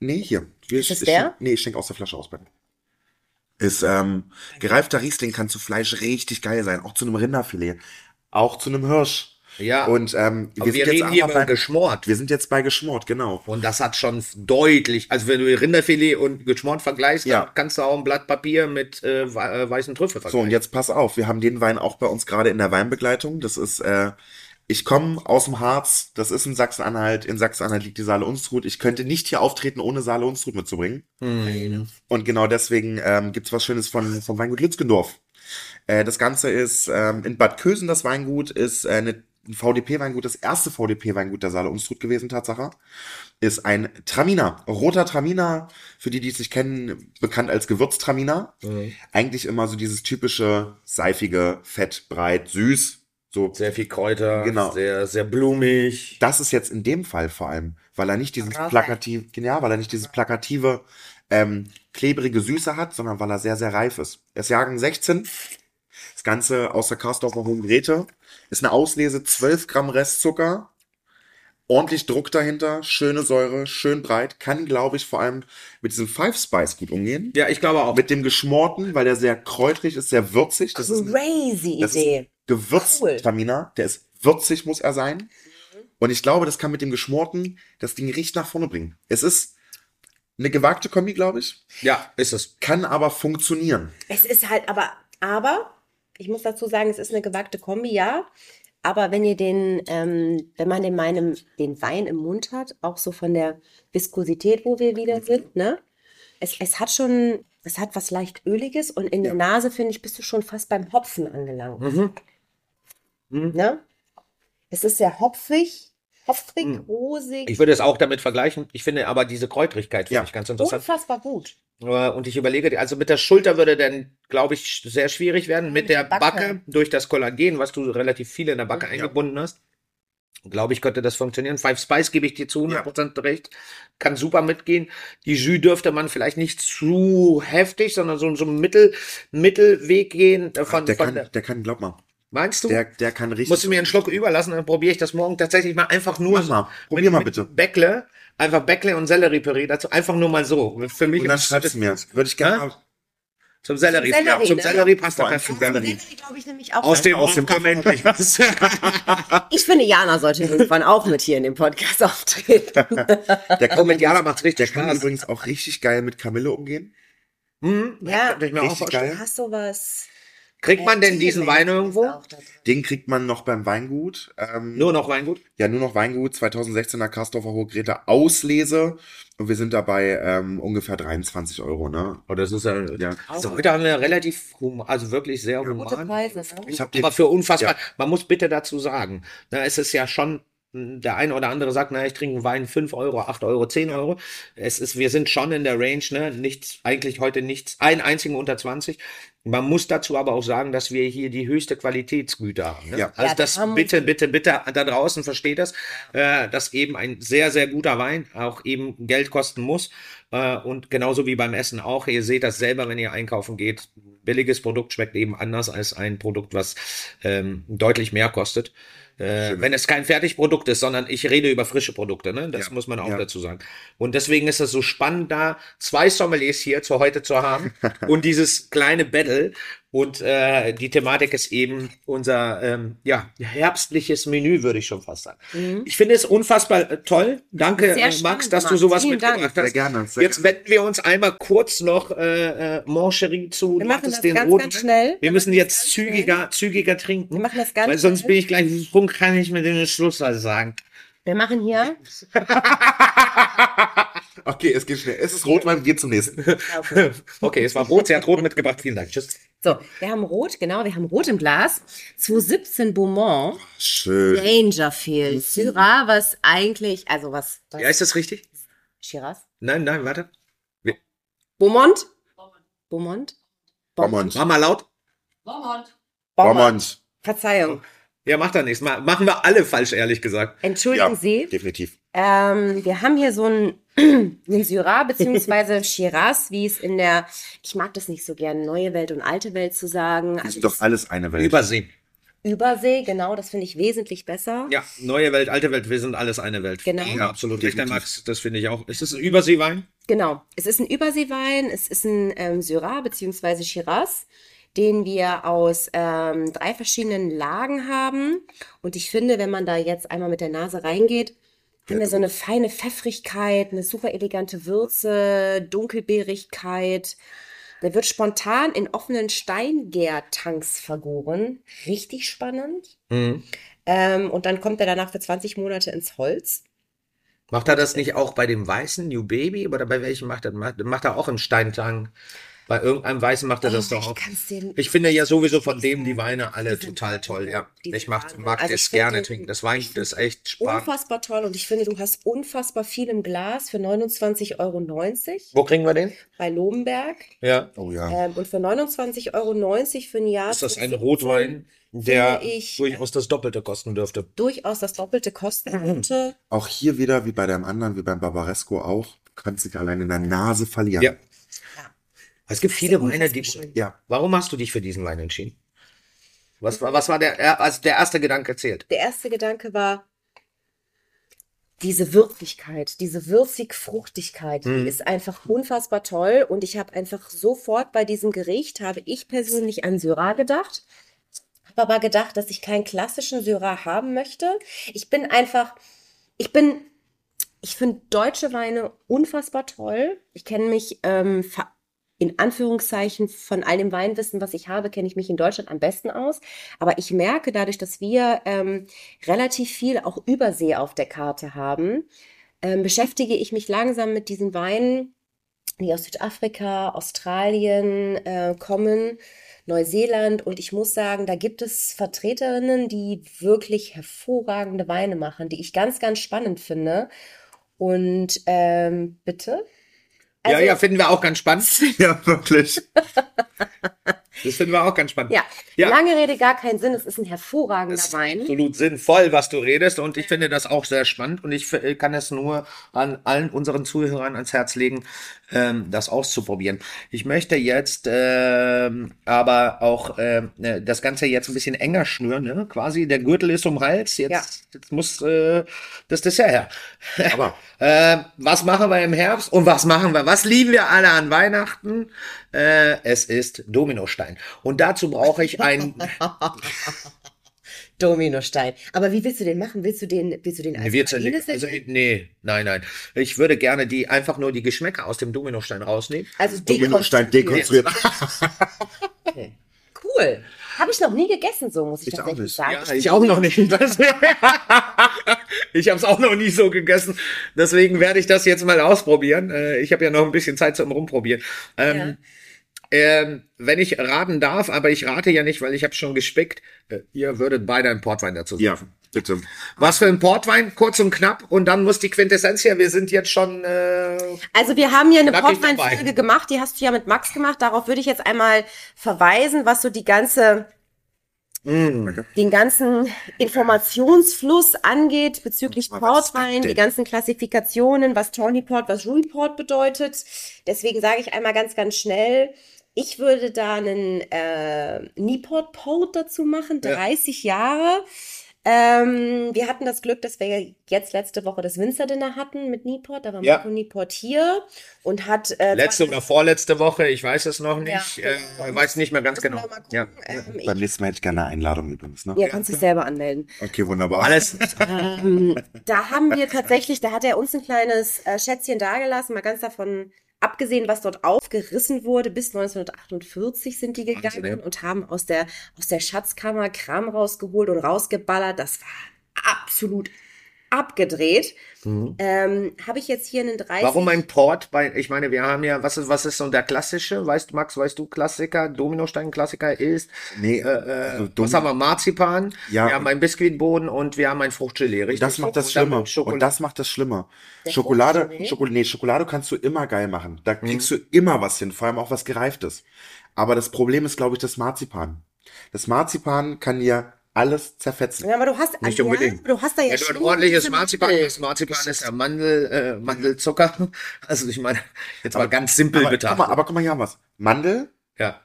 [SPEAKER 2] Nee, hier. hier
[SPEAKER 3] Ist es
[SPEAKER 2] ich,
[SPEAKER 3] der?
[SPEAKER 2] Nee, ich schenke aus der Flasche aus, Ben. Ist, ähm, gereifter Riesling kann zu Fleisch richtig geil sein, auch zu einem Rinderfilet, auch zu einem Hirsch.
[SPEAKER 1] Ja.
[SPEAKER 2] Und ähm,
[SPEAKER 1] Aber wir,
[SPEAKER 2] sind jetzt
[SPEAKER 1] reden hier
[SPEAKER 2] einfach
[SPEAKER 1] über
[SPEAKER 2] bei-
[SPEAKER 1] geschmort.
[SPEAKER 2] wir sind jetzt bei geschmort, genau.
[SPEAKER 1] Und das hat schon deutlich, also wenn du Rinderfilet und geschmort vergleichst,
[SPEAKER 2] Ja.
[SPEAKER 1] dann kannst du auch ein Blatt Papier mit äh, wei- äh, weißen Trüffel
[SPEAKER 2] So,
[SPEAKER 1] vergleichen.
[SPEAKER 2] und jetzt pass auf, wir haben den Wein auch bei uns gerade in der Weinbegleitung. Das ist, äh, ich komme aus dem Harz, das ist in Sachsen-Anhalt. In Sachsen-Anhalt liegt die Saale Unstrut. Ich könnte nicht hier auftreten, ohne Saale Unstrut mitzubringen.
[SPEAKER 1] Hm.
[SPEAKER 2] Und genau deswegen ähm, gibt's was Schönes von, vom Weingut Lützgendorf. Äh, das Ganze ist ähm, in Bad Kösen, das Weingut, ist äh, eine, ein VDP-Weingut, das erste VDP-Weingut der Saale Unstrut gewesen, Tatsache. Ist ein Traminer, roter Traminer, für die, die es nicht kennen, bekannt als Gewürztraminer.
[SPEAKER 1] Hm.
[SPEAKER 2] Eigentlich immer so dieses typische seifige, fett, breit, süß. So,
[SPEAKER 1] Sehr viel Kräuter,
[SPEAKER 2] Genau.
[SPEAKER 1] sehr, sehr blumig.
[SPEAKER 2] das ist jetzt in dem Fall vor allem, weil er nicht dieses
[SPEAKER 3] Rauchwein.
[SPEAKER 2] plakativ, ja, weil er nicht dieses plakative, ähm, klebrige Süße hat, sondern weil er sehr, sehr reif ist. Er ist Jahrgang 16. Das Ganze aus der Karsdorfer Hohen Grete. Ist eine Auslese, 12 Gramm Restzucker. Ordentlich Druck dahinter, schöne Säure, schön breit. Kann, glaube ich, vor allem mit diesem Five Spice gut umgehen.
[SPEAKER 1] Ja, ich glaube auch.
[SPEAKER 2] Mit dem Geschmorten, weil der sehr kräutrig ist, sehr würzig. Das ist ein
[SPEAKER 3] Crazy
[SPEAKER 2] das ist
[SPEAKER 3] Idee.
[SPEAKER 2] ein Gewürzvitaminer, der ist würzig, muss er sein.
[SPEAKER 1] Mhm.
[SPEAKER 2] Und ich glaube, das kann mit dem Geschmorten das Ding richtig nach vorne bringen. Es ist eine gewagte Kombi, glaube ich,
[SPEAKER 1] Ja, ist es.
[SPEAKER 2] kann aber funktionieren.
[SPEAKER 3] Es ist halt, aber, aber, ich muss dazu sagen, es ist eine gewagte Kombi, ja. Aber wenn ihr den, ähm, wenn man den, meinem, den Wein im Mund hat, auch so von der Viskosität, wo wir
[SPEAKER 2] Mhm.
[SPEAKER 3] wieder sind, ne? Es, es hat schon, es hat was leicht Öliges und in der Nase, finde ich, bist du schon fast beim Hopfen angelangt.
[SPEAKER 2] Mhm.
[SPEAKER 3] Ne? Es ist sehr hopfig, hopfig,
[SPEAKER 2] Mhm.
[SPEAKER 3] rosig,
[SPEAKER 1] Ich würde es auch damit vergleichen. Ich finde aber diese Kräutrigkeit finde
[SPEAKER 2] Ja.
[SPEAKER 1] ich ganz interessant.
[SPEAKER 3] unfassbar gut.
[SPEAKER 1] Äh, Und ich überlege, also mit der Schulter würde dann, glaube ich, sch- sehr schwierig werden. Mit der
[SPEAKER 3] der Backe.
[SPEAKER 1] Backe, durch das Kollagen, was du relativ viel in der Backe eingebunden hast, glaube ich, könnte das funktionieren. Five Spice gebe ich dir zu 100% recht. Kann super mitgehen. Die Jus dürfte man vielleicht nicht zu heftig, sondern so, so einen Mittel, Mittelweg gehen. äh, Von,
[SPEAKER 2] Der
[SPEAKER 1] von
[SPEAKER 2] kann,
[SPEAKER 1] der,
[SPEAKER 2] der kann, glaub mal,
[SPEAKER 1] meinst du?
[SPEAKER 2] der, der kann richtig.
[SPEAKER 1] Musst du mir einen Schluck überlassen, dann probiere ich das morgen tatsächlich mal einfach nur.
[SPEAKER 2] Mach mal, probier mal bitte.
[SPEAKER 1] Bäckle, einfach Bäckle und Selleriepüree dazu, einfach nur mal so. Für mich
[SPEAKER 2] Und dann schreibst du mir. Würde ich gerne. mal-
[SPEAKER 1] zum Sellerie.
[SPEAKER 3] Sellerie,
[SPEAKER 1] ja, zum
[SPEAKER 3] ne?
[SPEAKER 1] Sellerie passt
[SPEAKER 2] Vor
[SPEAKER 1] da
[SPEAKER 2] allem
[SPEAKER 1] perfekt.
[SPEAKER 2] zum Sellerie.
[SPEAKER 3] glaube ich nämlich auch.
[SPEAKER 1] Aus dem aus dem Comment. ich weiß.
[SPEAKER 3] Ich finde, Jana sollte irgendwann auch mit hier in dem Podcast auftreten.
[SPEAKER 2] Der kann,
[SPEAKER 1] Und mit Jana macht's richtig
[SPEAKER 2] der kann
[SPEAKER 1] Spaß.
[SPEAKER 2] übrigens auch richtig geil mit Kamille umgehen.
[SPEAKER 1] Hm,
[SPEAKER 3] Ja. Äh,
[SPEAKER 1] könnte ich mir auch
[SPEAKER 2] Richtig
[SPEAKER 1] vorstellen.
[SPEAKER 2] geil.
[SPEAKER 3] Hast du was?
[SPEAKER 1] Kriegt man denn diesen Wein irgendwo?
[SPEAKER 2] Den kriegt man noch beim Weingut. Ähm,
[SPEAKER 1] Nur noch Weingut?
[SPEAKER 2] ja, nur noch Weingut, 2016er Karsdorfer Hohe Grete Auslese. Und wir sind dabei ähm, ungefähr 23 Euro, ne?
[SPEAKER 1] Oder Oh, das ist ja,
[SPEAKER 2] Ja.
[SPEAKER 1] Also heute haben wir relativ, hum- also wirklich sehr
[SPEAKER 3] Gute
[SPEAKER 1] human.
[SPEAKER 3] Preise. Ne?
[SPEAKER 2] Ich hab den,
[SPEAKER 1] Aber für unfassbar, man muss bitte dazu sagen, na, es ist ja schon, mh, der eine oder andere sagt, naja, ich trinke einen Wein 5 Euro, 8 Euro, 10 Euro. Es ist, wir sind schon in der Range, ne? Nichts, eigentlich heute nichts, einen einzigen unter 20. Man muss dazu aber auch sagen, dass wir hier die höchste Qualitätsgüter haben. Ne?
[SPEAKER 2] Ja.
[SPEAKER 1] Also
[SPEAKER 3] Ja,
[SPEAKER 1] das
[SPEAKER 3] da haben-
[SPEAKER 1] bitte, bitte, bitte da draußen versteht das, äh, dass eben ein sehr, sehr guter Wein auch eben Geld kosten muss. Äh, und genauso wie beim Essen auch. Ihr seht das selber, wenn ihr einkaufen geht. Billiges Produkt schmeckt eben anders als ein Produkt, was ähm, deutlich mehr kostet. Äh, wenn es kein Fertigprodukt ist, sondern ich rede über frische Produkte, ne? Das
[SPEAKER 2] Ja.
[SPEAKER 1] muss man auch
[SPEAKER 2] Ja.
[SPEAKER 1] dazu sagen. Und deswegen ist es so spannend, da zwei Sommeliers hier zu heute zu haben und dieses kleine Battle. Und äh, die Thematik ist eben unser ähm, ja, herbstliches Menü, würde ich schon fast sagen. Ich finde es unfassbar äh, toll. Danke,
[SPEAKER 3] Mhm.
[SPEAKER 1] äh,
[SPEAKER 3] Sehr spannend,
[SPEAKER 1] Max, dass du
[SPEAKER 3] Max.
[SPEAKER 1] sowas
[SPEAKER 3] Vielen Dank.
[SPEAKER 1] mitgebracht
[SPEAKER 2] sehr
[SPEAKER 1] hast.
[SPEAKER 2] gerne. Sehr
[SPEAKER 1] Jetzt wenden wir uns einmal kurz noch äh, äh, Mon Chéri zu.
[SPEAKER 3] Wir
[SPEAKER 1] Du
[SPEAKER 3] machen
[SPEAKER 1] hattest
[SPEAKER 3] das
[SPEAKER 1] den
[SPEAKER 3] ganz,
[SPEAKER 1] roten-
[SPEAKER 3] ganz schnell.
[SPEAKER 1] Wir müssen jetzt zügiger, zügiger trinken.
[SPEAKER 3] Wir machen das ganz
[SPEAKER 1] Weil sonst
[SPEAKER 3] schnell.
[SPEAKER 1] bin ich gleich auf den Punkt, kann ich mir den Schluss also sagen.
[SPEAKER 3] Wir machen hier.
[SPEAKER 2] gerne. Okay, es geht schnell. Es ist Rotwein, geht zum nächsten.
[SPEAKER 1] Okay, es war Brot, sie hat Brot mitgebracht. Vielen Dank. Tschüss.
[SPEAKER 3] So, wir haben Rot, genau, wir haben Rot im Glas. 217 Beaumont,
[SPEAKER 2] Schön.
[SPEAKER 3] Dangerfield, Syrah, was eigentlich, also was, was
[SPEAKER 1] Mhm. Ja, ist das richtig?
[SPEAKER 3] Shiraz?
[SPEAKER 1] Nein, nein, warte.
[SPEAKER 3] Beaumont? Beaumont?
[SPEAKER 2] Bommond.
[SPEAKER 1] Mach mal laut.
[SPEAKER 2] Bommond.
[SPEAKER 3] Verzeihung,
[SPEAKER 1] Ja, macht er nichts. Ma- Machen wir alle falsch, ehrlich gesagt.
[SPEAKER 3] entschuldigen
[SPEAKER 2] Ja,
[SPEAKER 3] Sie.
[SPEAKER 2] definitiv.
[SPEAKER 3] Ähm, wir haben hier so ein, ein Syrah beziehungsweise Shiraz, wie es in der, ich mag das nicht so gern, neue Welt und alte Welt zu sagen. Also
[SPEAKER 2] Ist doch alles eine Welt.
[SPEAKER 1] Übersee.
[SPEAKER 3] Übersee, genau, das finde ich wesentlich besser.
[SPEAKER 1] Ja, neue Welt, alte Welt, wir sind alles eine Welt.
[SPEAKER 3] Genau.
[SPEAKER 1] Ja, absolut. Richter
[SPEAKER 2] Definitiv.
[SPEAKER 1] Max, das finde ich auch. Ist das ein Überseewein?
[SPEAKER 3] Genau, es ist ein Überseewein, es ist ein ähm, Syrah beziehungsweise Shiraz, den wir aus ähm, drei verschiedenen Lagen haben. Und ich finde, wenn man da jetzt einmal mit der Nase reingeht, haben wir so eine feine Pfeffrigkeit, eine super elegante Würze, Dunkelbeerigkeit. Der wird spontan in offenen Steingärtanks vergoren. Richtig spannend.
[SPEAKER 1] Mhm.
[SPEAKER 3] Ähm, und dann kommt er danach für 20 Monate ins Holz.
[SPEAKER 1] Macht er das nicht auch bei dem weißen New Baby? Oder bei welchem macht er macht, macht er auch im Steintang? Bei irgendeinem Weißen macht er das
[SPEAKER 3] Oh,
[SPEAKER 1] doch
[SPEAKER 3] ich
[SPEAKER 1] auch.
[SPEAKER 3] kann's dir
[SPEAKER 1] Ich finde ja sowieso von dem die Weine alle total toll, ja.
[SPEAKER 3] Die
[SPEAKER 1] Ich
[SPEAKER 3] sind
[SPEAKER 1] mach,
[SPEAKER 3] Wahnsinn.
[SPEAKER 1] mag
[SPEAKER 3] Also ich
[SPEAKER 1] das
[SPEAKER 3] find
[SPEAKER 1] gerne
[SPEAKER 3] den-
[SPEAKER 1] trinken. Das Weingut ist echt Spaß.
[SPEAKER 3] Unfassbar toll und ich finde, du hast unfassbar viel im Glas für 29,90 Euro
[SPEAKER 1] Wo kriegen wir den?
[SPEAKER 3] bei Lobenberg
[SPEAKER 1] Ja.
[SPEAKER 2] Oh ja.
[SPEAKER 3] ähm, und für 29,90 Euro für ein Jahr
[SPEAKER 1] Ist das ein
[SPEAKER 3] 2017
[SPEAKER 1] Rotwein, der
[SPEAKER 3] finde ich-
[SPEAKER 1] durchaus das Doppelte kosten dürfte?
[SPEAKER 3] durchaus das Doppelte kosten könnte.
[SPEAKER 1] Mhm.
[SPEAKER 2] Auch hier wieder, wie bei deinem anderen, wie beim Barbaresco auch, du kannst dich allein in der Nase verlieren.
[SPEAKER 1] Ja. Es gibt viele Weine, die.
[SPEAKER 2] Ja.
[SPEAKER 1] Warum hast du dich für diesen Wein entschieden? Was war, was war der, also der erste Gedanke zählt?
[SPEAKER 3] Der erste Gedanke war diese Würzigkeit, diese würzig-Fruchtigkeit, die ist einfach unfassbar toll und ich habe einfach sofort bei diesem Gericht, habe ich persönlich an Syrah gedacht. habe aber gedacht, dass ich keinen klassischen Syrah haben möchte. Ich bin einfach, ich bin, ich finde deutsche Weine unfassbar toll. Ich kenne mich ähm, ver- in Anführungszeichen von all dem Weinwissen, was ich habe, kenne ich mich in Deutschland am besten aus. Aber ich merke dadurch, dass wir ähm, relativ viel auch Übersee auf der Karte haben, ähm, beschäftige ich mich langsam mit diesen Weinen, die aus Südafrika, Australien äh, kommen, Neuseeland. Und ich muss sagen, da gibt es Vertreterinnen, die wirklich hervorragende Weine machen, die ich ganz, ganz spannend finde. Und ähm, bitte?
[SPEAKER 1] Ja,
[SPEAKER 3] Also-
[SPEAKER 1] ja, finden wir auch ganz spannend.
[SPEAKER 2] Ja, wirklich.
[SPEAKER 1] Das finden wir auch ganz spannend.
[SPEAKER 3] Ja,
[SPEAKER 1] Ja.
[SPEAKER 3] lange Rede, gar keinen Sinn. Es ist ein hervorragender
[SPEAKER 1] ist
[SPEAKER 3] Wein.
[SPEAKER 1] absolut sinnvoll, was du redest. Und ich finde das auch sehr spannend. Und ich äh, kann es nur an allen unseren Zuhörern ans Herz legen, ähm, das auszuprobieren. Ich möchte jetzt ähm, aber auch ähm, äh, das Ganze jetzt ein bisschen enger schnüren. Ne? Quasi der Gürtel ist um den Hals. Jetzt,
[SPEAKER 3] Ja.
[SPEAKER 1] jetzt muss äh, das Dessert her.
[SPEAKER 2] Aber
[SPEAKER 1] Äh, was machen wir im Herbst und was machen wir? Was lieben wir alle an Weihnachten? Äh, es ist Dominostein. Und dazu brauche ich einen.
[SPEAKER 3] Dominostein. Aber wie willst du den machen? Willst du den, willst du den als
[SPEAKER 1] Wird's ja
[SPEAKER 3] Praline
[SPEAKER 1] nicht. Also,
[SPEAKER 3] servieren?
[SPEAKER 1] nee, nein, nein. Ich würde gerne die einfach nur die Geschmäcker aus dem Dominostein rausnehmen.
[SPEAKER 3] Also
[SPEAKER 2] Dominostein
[SPEAKER 3] dekonstruiert.
[SPEAKER 2] dekonstruiert.
[SPEAKER 3] Cool. cool. Habe ich noch nie gegessen, so muss ich,
[SPEAKER 2] Ich auch
[SPEAKER 3] tatsächlich
[SPEAKER 2] nicht.
[SPEAKER 3] sagen.
[SPEAKER 1] Ja, ich auch noch nicht. Das, ich habe es auch noch nie so gegessen. Deswegen werde ich das jetzt mal ausprobieren. Äh, Ich habe ja noch ein bisschen Zeit zum Rumprobieren. Ähm, ähm, wenn ich raten darf, aber ich rate ja nicht, weil ich habe schon gespickt. Äh, Ihr würdet beide einen Portwein dazu sagen.
[SPEAKER 2] Ja, bitte.
[SPEAKER 1] Was für ein Portwein, kurz und knapp. Und dann muss die Quintessenz her. Wir sind jetzt schon. Äh,
[SPEAKER 3] Also wir haben hier eine
[SPEAKER 1] Bleib nicht dabei.
[SPEAKER 3] Portweinfolge gemacht, die hast du ja mit Max gemacht. Darauf würde ich jetzt einmal verweisen, was so die ganze,
[SPEAKER 2] Mm.
[SPEAKER 3] den ganzen Informationsfluss angeht bezüglich
[SPEAKER 2] Mal, was ist
[SPEAKER 3] Portwein,
[SPEAKER 2] das
[SPEAKER 3] die
[SPEAKER 2] denn?
[SPEAKER 3] ganzen Klassifikationen, was Tawny Port, was Ruby Port bedeutet. Deswegen sage ich einmal ganz, ganz schnell. Ich würde da einen äh, Nieport Port dazu machen, 30 Jahre. Ähm, wir hatten das Glück, dass wir jetzt letzte Woche das Winzer-Dinner hatten mit Nieport. Da war
[SPEAKER 1] Ja.
[SPEAKER 3] Marco Nieport hier und hat äh,
[SPEAKER 1] letzte oder vorletzte Woche, ich weiß es noch nicht.
[SPEAKER 3] Ja.
[SPEAKER 1] Äh, weiß nicht mehr ganz
[SPEAKER 3] Müssen wir
[SPEAKER 1] genau.
[SPEAKER 3] mal gucken.
[SPEAKER 1] Ja.
[SPEAKER 3] Ähm, ich,
[SPEAKER 2] Beim nächsten Mal hätte ich gerne eine Einladung übrigens, ne?
[SPEAKER 3] ja, kannst dich selber anmelden.
[SPEAKER 2] Okay, wunderbar.
[SPEAKER 1] Alles.
[SPEAKER 3] Ähm, da haben wir tatsächlich, da hat er uns ein kleines äh, Schätzchen dagelassen, mal ganz davon abgesehen, was dort aufgerissen wurde. Bis 1948 sind die gegangen
[SPEAKER 1] Wahnsinn, ja.
[SPEAKER 3] und haben aus der, aus der Schatzkammer Kram rausgeholt und rausgeballert. Das war absolut abgedreht. Ähm, habe ich jetzt hier einen 30.
[SPEAKER 1] Mhm. Warum ein Port? Bei, ich meine, wir haben ja, was ist, was ist so der klassische? Weißt du, Max, weißt du, Klassiker, Dominostein-Klassiker ist.
[SPEAKER 2] Nee,
[SPEAKER 1] äh, äh,
[SPEAKER 2] also
[SPEAKER 1] was
[SPEAKER 2] Domino-
[SPEAKER 1] haben wir? Marzipan,
[SPEAKER 2] Ja,
[SPEAKER 1] wir haben
[SPEAKER 2] und-
[SPEAKER 1] einen Biskuitboden und wir haben ein Fruchtgelee, richtig?
[SPEAKER 2] Das macht das
[SPEAKER 1] Und damit
[SPEAKER 2] schlimmer.
[SPEAKER 1] Schokolade.
[SPEAKER 2] Und das macht das schlimmer. Schokolade,
[SPEAKER 3] Fruchtgelee?
[SPEAKER 2] Schokolade, nee, Schokolade kannst du immer geil machen.
[SPEAKER 1] Mhm.
[SPEAKER 2] Da kriegst du immer was hin, vor allem auch was Gereiftes. Aber das Problem ist, glaube ich, das Marzipan. Das Marzipan kann ja alles zerfetzen.
[SPEAKER 3] Ja, aber du hast,
[SPEAKER 1] Nicht
[SPEAKER 3] ja,
[SPEAKER 1] unbedingt.
[SPEAKER 3] du hast da ja
[SPEAKER 1] Wenn du ein
[SPEAKER 3] schon
[SPEAKER 1] ordentliches
[SPEAKER 3] diese
[SPEAKER 1] Marzipan
[SPEAKER 3] Mandel.
[SPEAKER 1] hast, Marzipan ist ja Mandel, äh, Mandelzucker. Also ich meine, jetzt mal ganz simpel
[SPEAKER 2] aber, guck mal,
[SPEAKER 1] betrachtet.
[SPEAKER 2] aber guck mal, hier haben wir's. Mandel,
[SPEAKER 1] Ja.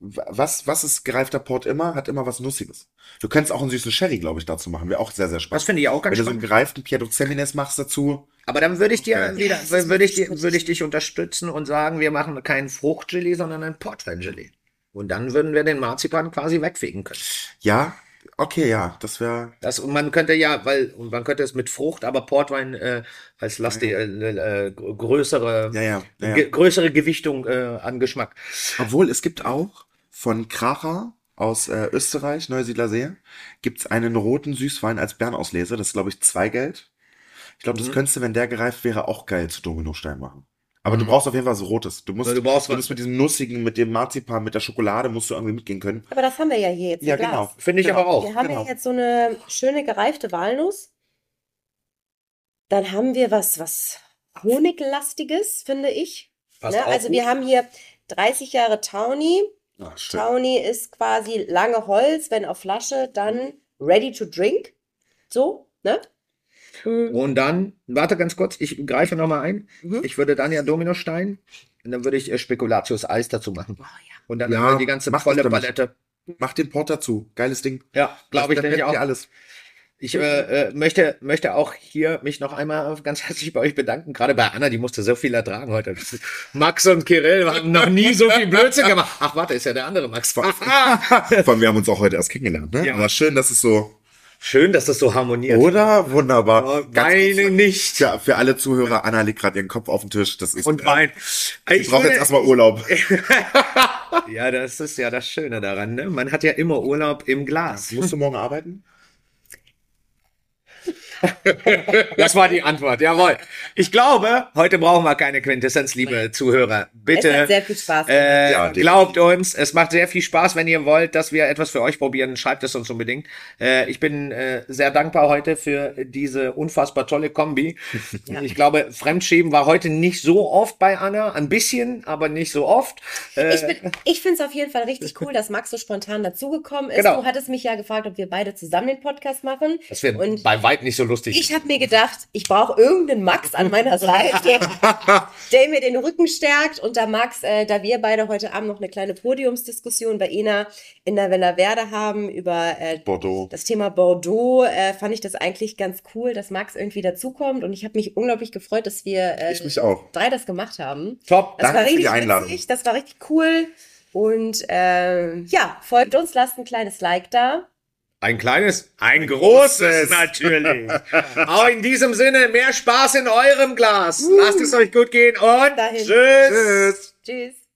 [SPEAKER 2] w- was, was ist gereifter Port immer? Hat immer was Nussiges. Du könntest auch einen süßen Sherry, glaube ich, dazu machen. Wäre auch sehr, sehr
[SPEAKER 1] Das
[SPEAKER 2] spannend.
[SPEAKER 1] finde ich auch
[SPEAKER 2] Wenn
[SPEAKER 1] ganz
[SPEAKER 2] du so einen
[SPEAKER 1] spannend.
[SPEAKER 2] gereiften Piedot Semines machst dazu.
[SPEAKER 1] Aber dann würde ich dir
[SPEAKER 2] Okay.
[SPEAKER 1] wieder, würde ich dir, würde ich dich unterstützen und sagen, wir machen keinen Fruchtgelee, sondern ein Portweingelee. Und dann würden wir den Marzipan quasi wegfegen können.
[SPEAKER 2] Ja, okay, ja, das wäre.
[SPEAKER 1] Das, und man könnte ja, weil, und man könnte es mit Frucht, aber Portwein äh, als Last äh, äh, gr- größere,
[SPEAKER 2] Ja, ja, ja, ja.
[SPEAKER 1] ge- größere Gewichtung äh, an Geschmack.
[SPEAKER 2] Obwohl, es gibt auch von Kracher aus äh, Österreich, Neusiedler See, gibt's einen roten Süßwein als Bernauslese. Das ist, glaube ich, Zweigeld. Ich glaube,
[SPEAKER 1] Mhm.
[SPEAKER 2] das könntest du, wenn der gereift wäre, auch geil zu Dominostein machen. Aber du brauchst auf jeden Fall was Rotes. Du musst,
[SPEAKER 1] Ja, Mhm. du brauchst was-
[SPEAKER 2] musst mit diesem Nussigen, mit dem Marzipan, mit der Schokolade musst du irgendwie mitgehen können.
[SPEAKER 3] Aber das haben wir ja hier jetzt im
[SPEAKER 2] Ja,
[SPEAKER 3] Glas.
[SPEAKER 2] genau.
[SPEAKER 1] Finde ich
[SPEAKER 2] Genau.
[SPEAKER 1] aber auch.
[SPEAKER 3] Wir haben
[SPEAKER 2] genau.
[SPEAKER 3] ja jetzt so eine schöne gereifte Walnuss. Dann haben wir was, was Honiglastiges, finde ich.
[SPEAKER 1] Passt
[SPEAKER 3] ne?
[SPEAKER 1] auch
[SPEAKER 3] Also wir
[SPEAKER 1] gut.
[SPEAKER 3] haben hier 30 Jahre Tawny.
[SPEAKER 2] Ah, schön.
[SPEAKER 3] Tawny ist quasi lange Holz, wenn auf Flasche, dann
[SPEAKER 1] Mhm.
[SPEAKER 3] ready to drink. So, ne? Hm,
[SPEAKER 1] Und dann, warte ganz kurz, ich greife nochmal ein.
[SPEAKER 3] Mhm.
[SPEAKER 1] Ich würde dann ja Dominostein und dann würde ich äh, Spekulatius Eis dazu machen. Und dann
[SPEAKER 2] Ja,
[SPEAKER 1] haben wir die ganze
[SPEAKER 2] mach das
[SPEAKER 1] volle
[SPEAKER 2] doch mal.
[SPEAKER 1] Palette.
[SPEAKER 2] Mach den Port dazu. Geiles Ding.
[SPEAKER 1] Ja, glaube ich
[SPEAKER 2] Dann
[SPEAKER 1] nämlich
[SPEAKER 2] hätten wir
[SPEAKER 1] auch.
[SPEAKER 2] alles.
[SPEAKER 1] Ich äh, äh, möchte, möchte auch hier mich noch einmal ganz herzlich bei euch bedanken. Gerade bei Anna, die musste so viel ertragen heute. Max und Kirill haben noch nie so viel Blödsinn gemacht. Ach, warte, ist ja der andere Max.
[SPEAKER 2] Vor allem, wir haben uns auch heute erst kennengelernt, ne?
[SPEAKER 1] Ja.
[SPEAKER 2] Aber schön, dass es so.
[SPEAKER 1] Schön, dass das so harmoniert.
[SPEAKER 2] Oder? Wunderbar.
[SPEAKER 1] Oh,
[SPEAKER 2] Ganz
[SPEAKER 1] Weine nicht.
[SPEAKER 2] Tja, für alle Zuhörer, Anna legt gerade ihren Kopf auf den Tisch. Das ist,
[SPEAKER 1] Und Wein.
[SPEAKER 2] ich brauche jetzt erstmal Urlaub.
[SPEAKER 1] Ja, das ist ja das Schöne daran, ne? Man hat ja immer Urlaub im Glas.
[SPEAKER 2] Musst du morgen arbeiten?
[SPEAKER 1] Das war die Antwort, jawohl. Ich glaube, heute brauchen wir keine Quintessenz, liebe Zuhörer.
[SPEAKER 3] es
[SPEAKER 1] Bitte.
[SPEAKER 3] hat sehr viel Spaß gemacht.
[SPEAKER 1] Äh,
[SPEAKER 2] Ja, definitiv.
[SPEAKER 1] glaubt uns, es macht sehr viel Spaß, wenn ihr wollt, dass wir etwas für euch probieren, schreibt es uns unbedingt. Äh, ich bin äh, sehr dankbar heute für diese unfassbar tolle Kombi. Ich glaube, Fremdschäben war heute nicht so oft bei Anna, ein bisschen, aber nicht so oft. Äh,
[SPEAKER 3] Ich, bin- ich finde es auf jeden Fall richtig cool, dass Max so spontan dazugekommen ist.
[SPEAKER 1] Genau.
[SPEAKER 3] Du hattest mich ja gefragt, ob wir beide zusammen den Podcast machen.
[SPEAKER 1] das wird
[SPEAKER 3] Und
[SPEAKER 1] bei weitem nicht so lustig.
[SPEAKER 3] ich habe mir gedacht, ich brauche irgendeinen Max an meiner Seite, der mir den Rücken stärkt. Und da Max, äh, da wir beide heute Abend noch eine kleine Podiumsdiskussion bei Ena in der Vella Verde haben über äh,
[SPEAKER 2] Bordeaux.
[SPEAKER 3] das Thema Bordeaux, äh, fand ich das eigentlich ganz cool, dass Max irgendwie dazukommt. Und ich habe mich unglaublich gefreut, dass wir äh,
[SPEAKER 2] Ich mich auch.
[SPEAKER 3] drei das gemacht haben.
[SPEAKER 1] Top.
[SPEAKER 3] Das
[SPEAKER 2] Danke
[SPEAKER 3] war
[SPEAKER 2] für die
[SPEAKER 3] richtig
[SPEAKER 2] Einladung.
[SPEAKER 3] witzig, das war richtig cool. Und ähm, ja, folgt uns, lasst ein kleines Like da.
[SPEAKER 1] Ein kleines, ein großes natürlich. Auch in diesem Sinne, mehr Spaß in eurem Glas. Lasst es euch gut gehen und
[SPEAKER 3] Dahin.
[SPEAKER 1] tschüss.
[SPEAKER 2] Tschüss.
[SPEAKER 3] Tschüss.